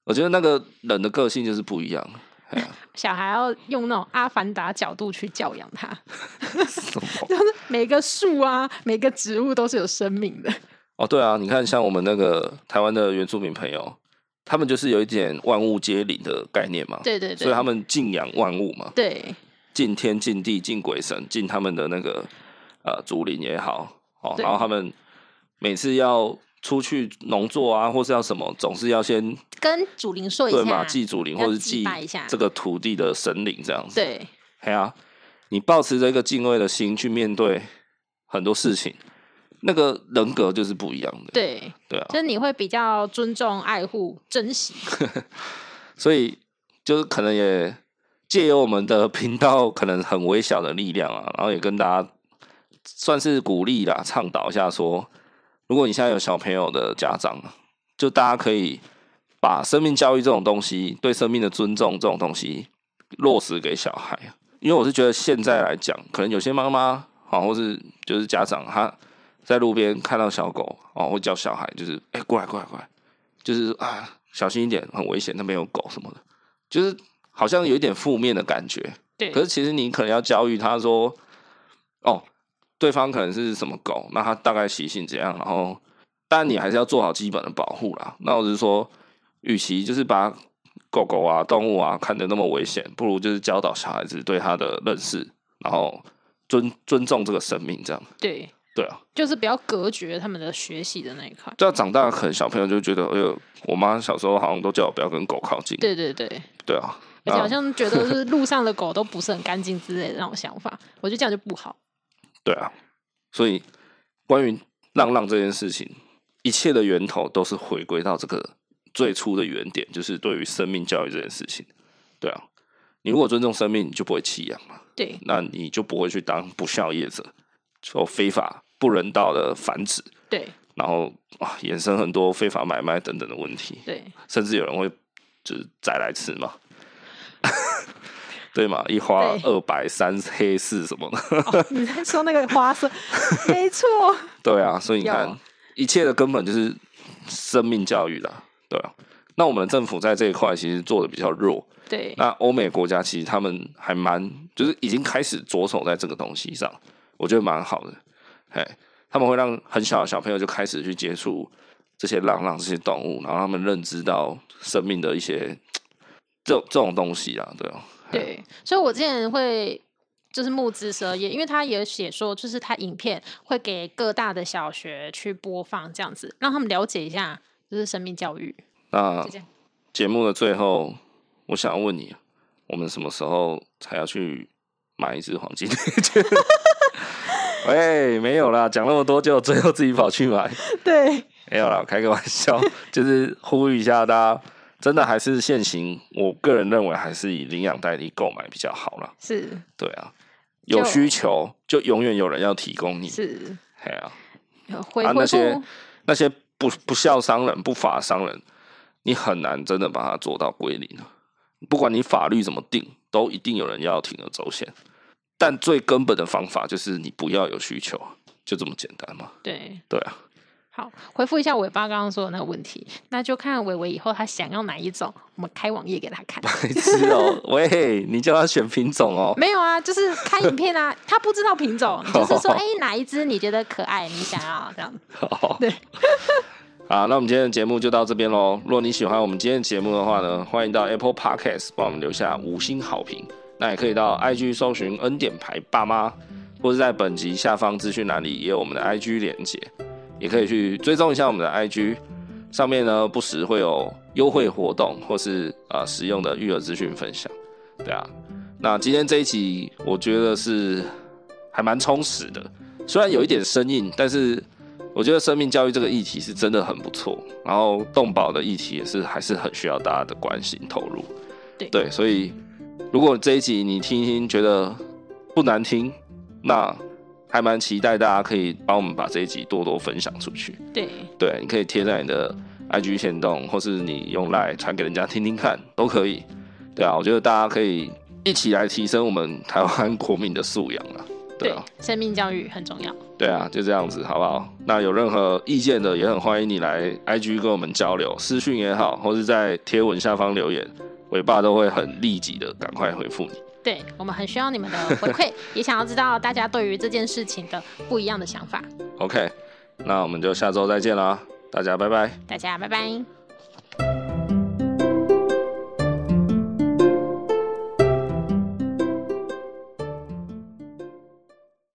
Speaker 1: 我觉得那个人的个性就是不一样。 [LAUGHS] 哎呀、
Speaker 2: 小孩要用那种阿凡达角度去教养它，
Speaker 1: 什么
Speaker 2: 就是每个树啊，每个植物都是有生命的。
Speaker 1: 哦，对啊，你看，像我们那个台湾的原住民朋友，他们就是有一点万物皆灵的概念嘛，
Speaker 2: 对对对，
Speaker 1: 所以他们敬仰万物嘛，
Speaker 2: 对
Speaker 1: 敬天、敬地、敬鬼神、敬他们的那个呃祖灵也好哦，
Speaker 2: 对
Speaker 1: 然后他们每次要出去农作啊，或是要什么，总是要先
Speaker 2: 跟祖灵说一
Speaker 1: 对
Speaker 2: 下
Speaker 1: 嘛，，祭祖灵
Speaker 2: 要
Speaker 1: 或是
Speaker 2: 祭
Speaker 1: 祭
Speaker 2: 拜一下
Speaker 1: 这个土地的神灵这样子。
Speaker 2: 对
Speaker 1: 哎呀、你保持着一个敬畏的心去面对很多事情，那个人格就是不一样的。
Speaker 2: 对，
Speaker 1: 对啊，
Speaker 2: 就是你会比较尊重、爱护、珍惜。
Speaker 1: 所以就是可能也借由我们的频道，可能很微小的力量啊，然后也跟大家算是鼓励啦，倡导一下说，如果你现在有小朋友的家长啊，就大家可以把生命教育这种东西，对生命的尊重这种东西，落实给小孩？因为我是觉得现在来讲，可能有些妈妈啊，或是就是家长，他在路边看到小狗哦，会叫小孩，就是哎、过来过来过来，就是啊小心一点，很危险，那边有狗什么的，就是好像有一点负面的感觉。
Speaker 2: 对，
Speaker 1: 可是其实你可能要教育他说，哦，对方可能是什么狗，那他大概习性怎样，然后，但你还是要做好基本的保护啦。那我是说，与其就是把狗狗啊、动物啊看得那么危险，不如就是教导小孩子对它的认识，然后尊尊重这个生命，这样
Speaker 2: 对，
Speaker 1: 对啊。
Speaker 2: 就是比较隔绝他们的学习的那一块。
Speaker 1: 这样长大可能小朋友就觉得，哎呦，我妈小时候好像都叫我不要跟狗靠近，
Speaker 2: 对对对，
Speaker 1: 对啊。
Speaker 2: 而且好
Speaker 1: 那
Speaker 2: 像觉得就是路上的狗都不是很干净之类的那种想法，我觉得这样就不好。
Speaker 1: 对啊，所以关于浪浪这件事情，一切的源头都是回归到这个最初的原点，就是对于生命教育这件事情。对啊，你如果尊重生命，你就不会弃养嘛，
Speaker 2: 对
Speaker 1: 那你就不会去当不孝业者，就非法不人道的繁殖，
Speaker 2: 对
Speaker 1: 然后啊衍生很多非法买卖等等的问题，
Speaker 2: 对，
Speaker 1: 甚至有人会就是再来吃嘛。 [LAUGHS] 对嘛，一花
Speaker 2: 对
Speaker 1: 二白三黑四什么的，
Speaker 2: 哦， [LAUGHS] 你在说那个花色，没错，
Speaker 1: 对啊，所以你看
Speaker 2: 有，
Speaker 1: 一切的根本就是生命教育啦，对啊。那我们的政府在这一块其实做的比较弱， [LAUGHS]
Speaker 2: 对
Speaker 1: 那欧美国家其实他们还蛮，就是已经开始着手在这个东西上，我觉得蛮好的。哎，他们会让很小的小朋友就开始去接触这些浪浪这些动物，然后他们认知到生命的一些这这种东西啦，对啊，
Speaker 2: 对，所以我之前会就是募资蛇也，因为他也写说，就是他影片会给各大的小学去播放，这样子让他们了解一下，就是生命教育。
Speaker 1: 那
Speaker 2: 就这样
Speaker 1: 节目的最后，我想要问你，我们什么时候才要去买一只黄金 [LAUGHS] 猎犬？喂，没有啦，讲那么多，就最后自己跑去买，
Speaker 2: 对
Speaker 1: 没有啦，开个玩笑， [LAUGHS] 就是呼吁一下大家，真的还是现行，我个人认为还是以领养代理购买比较好啦。
Speaker 2: 是
Speaker 1: 对啊，
Speaker 2: 就
Speaker 1: 有需求就永远有人要提供你，
Speaker 2: 是，
Speaker 1: 哎呀、
Speaker 2: 呃回
Speaker 1: 啊，那
Speaker 2: 回
Speaker 1: 些
Speaker 2: 复
Speaker 1: 那些不不孝商人、不法商人，你很难真的把它做到归零啊。不管你法律怎么定，都一定有人要铤而走险。但最根本的方法就是你不要有需求啊，就这么简单嘛。
Speaker 2: 对。
Speaker 1: 对啊，
Speaker 2: 好，回复一下尾巴刚刚说的那个问题，那就看伟伟以后他想要哪一种，我们开网页给他
Speaker 1: [LAUGHS]
Speaker 2: 看。
Speaker 1: 白痴哦、喂，你叫他选品种哦、
Speaker 2: 没有啊，就是开影片啊，他不知道品种，你
Speaker 1: [LAUGHS]
Speaker 2: 就是说，哎、哪一只你觉得可爱，你想要这样。
Speaker 1: 好，
Speaker 2: 对，
Speaker 1: 好，那我们今天的节目就到这边喽。如果你喜欢我们今天的节目的话呢，欢迎到 Apple Podcast 帮我们留下五星好评。那也可以到 IG 搜寻“恩典牌爸妈”，或是在本集下方资讯栏里也有我们的 IG 连接，也可以去追踪一下我们的 IG。上面呢不时会有优惠活动或是呃实用的育儿资讯分享，对啊。那今天这一集我觉得是还蛮充实的，虽然有一点生硬，但是我觉得生命教育这个议题是真的很不错，然后动保的议题也是还是很需要大家的关心投入。
Speaker 2: 对
Speaker 1: 所以如果这一集你听一听觉得不难听，那还蛮期待大家可以帮我们把这一集多多分享出去。
Speaker 2: 对
Speaker 1: 对，你可以贴在你的 IG 行动，或是你用来传给人家听听看，都可以。对啊，我觉得大家可以一起来提升我们台湾国民的素养啊。对
Speaker 2: 对
Speaker 1: 啊，，
Speaker 2: 生命教育很重要。
Speaker 1: 对啊，就这样子，好不好？那有任何意见的，也很欢迎你来 IG 跟我们交流，私讯也好，或是在贴文下方留言，尾巴都会很立即的赶快回复你。
Speaker 2: 对我们很需要你们的回馈，也想要知道大家对于这件事情的不一样的想法。
Speaker 1: OK，那我们就下周再见啦，大家拜拜。
Speaker 2: 大家拜拜。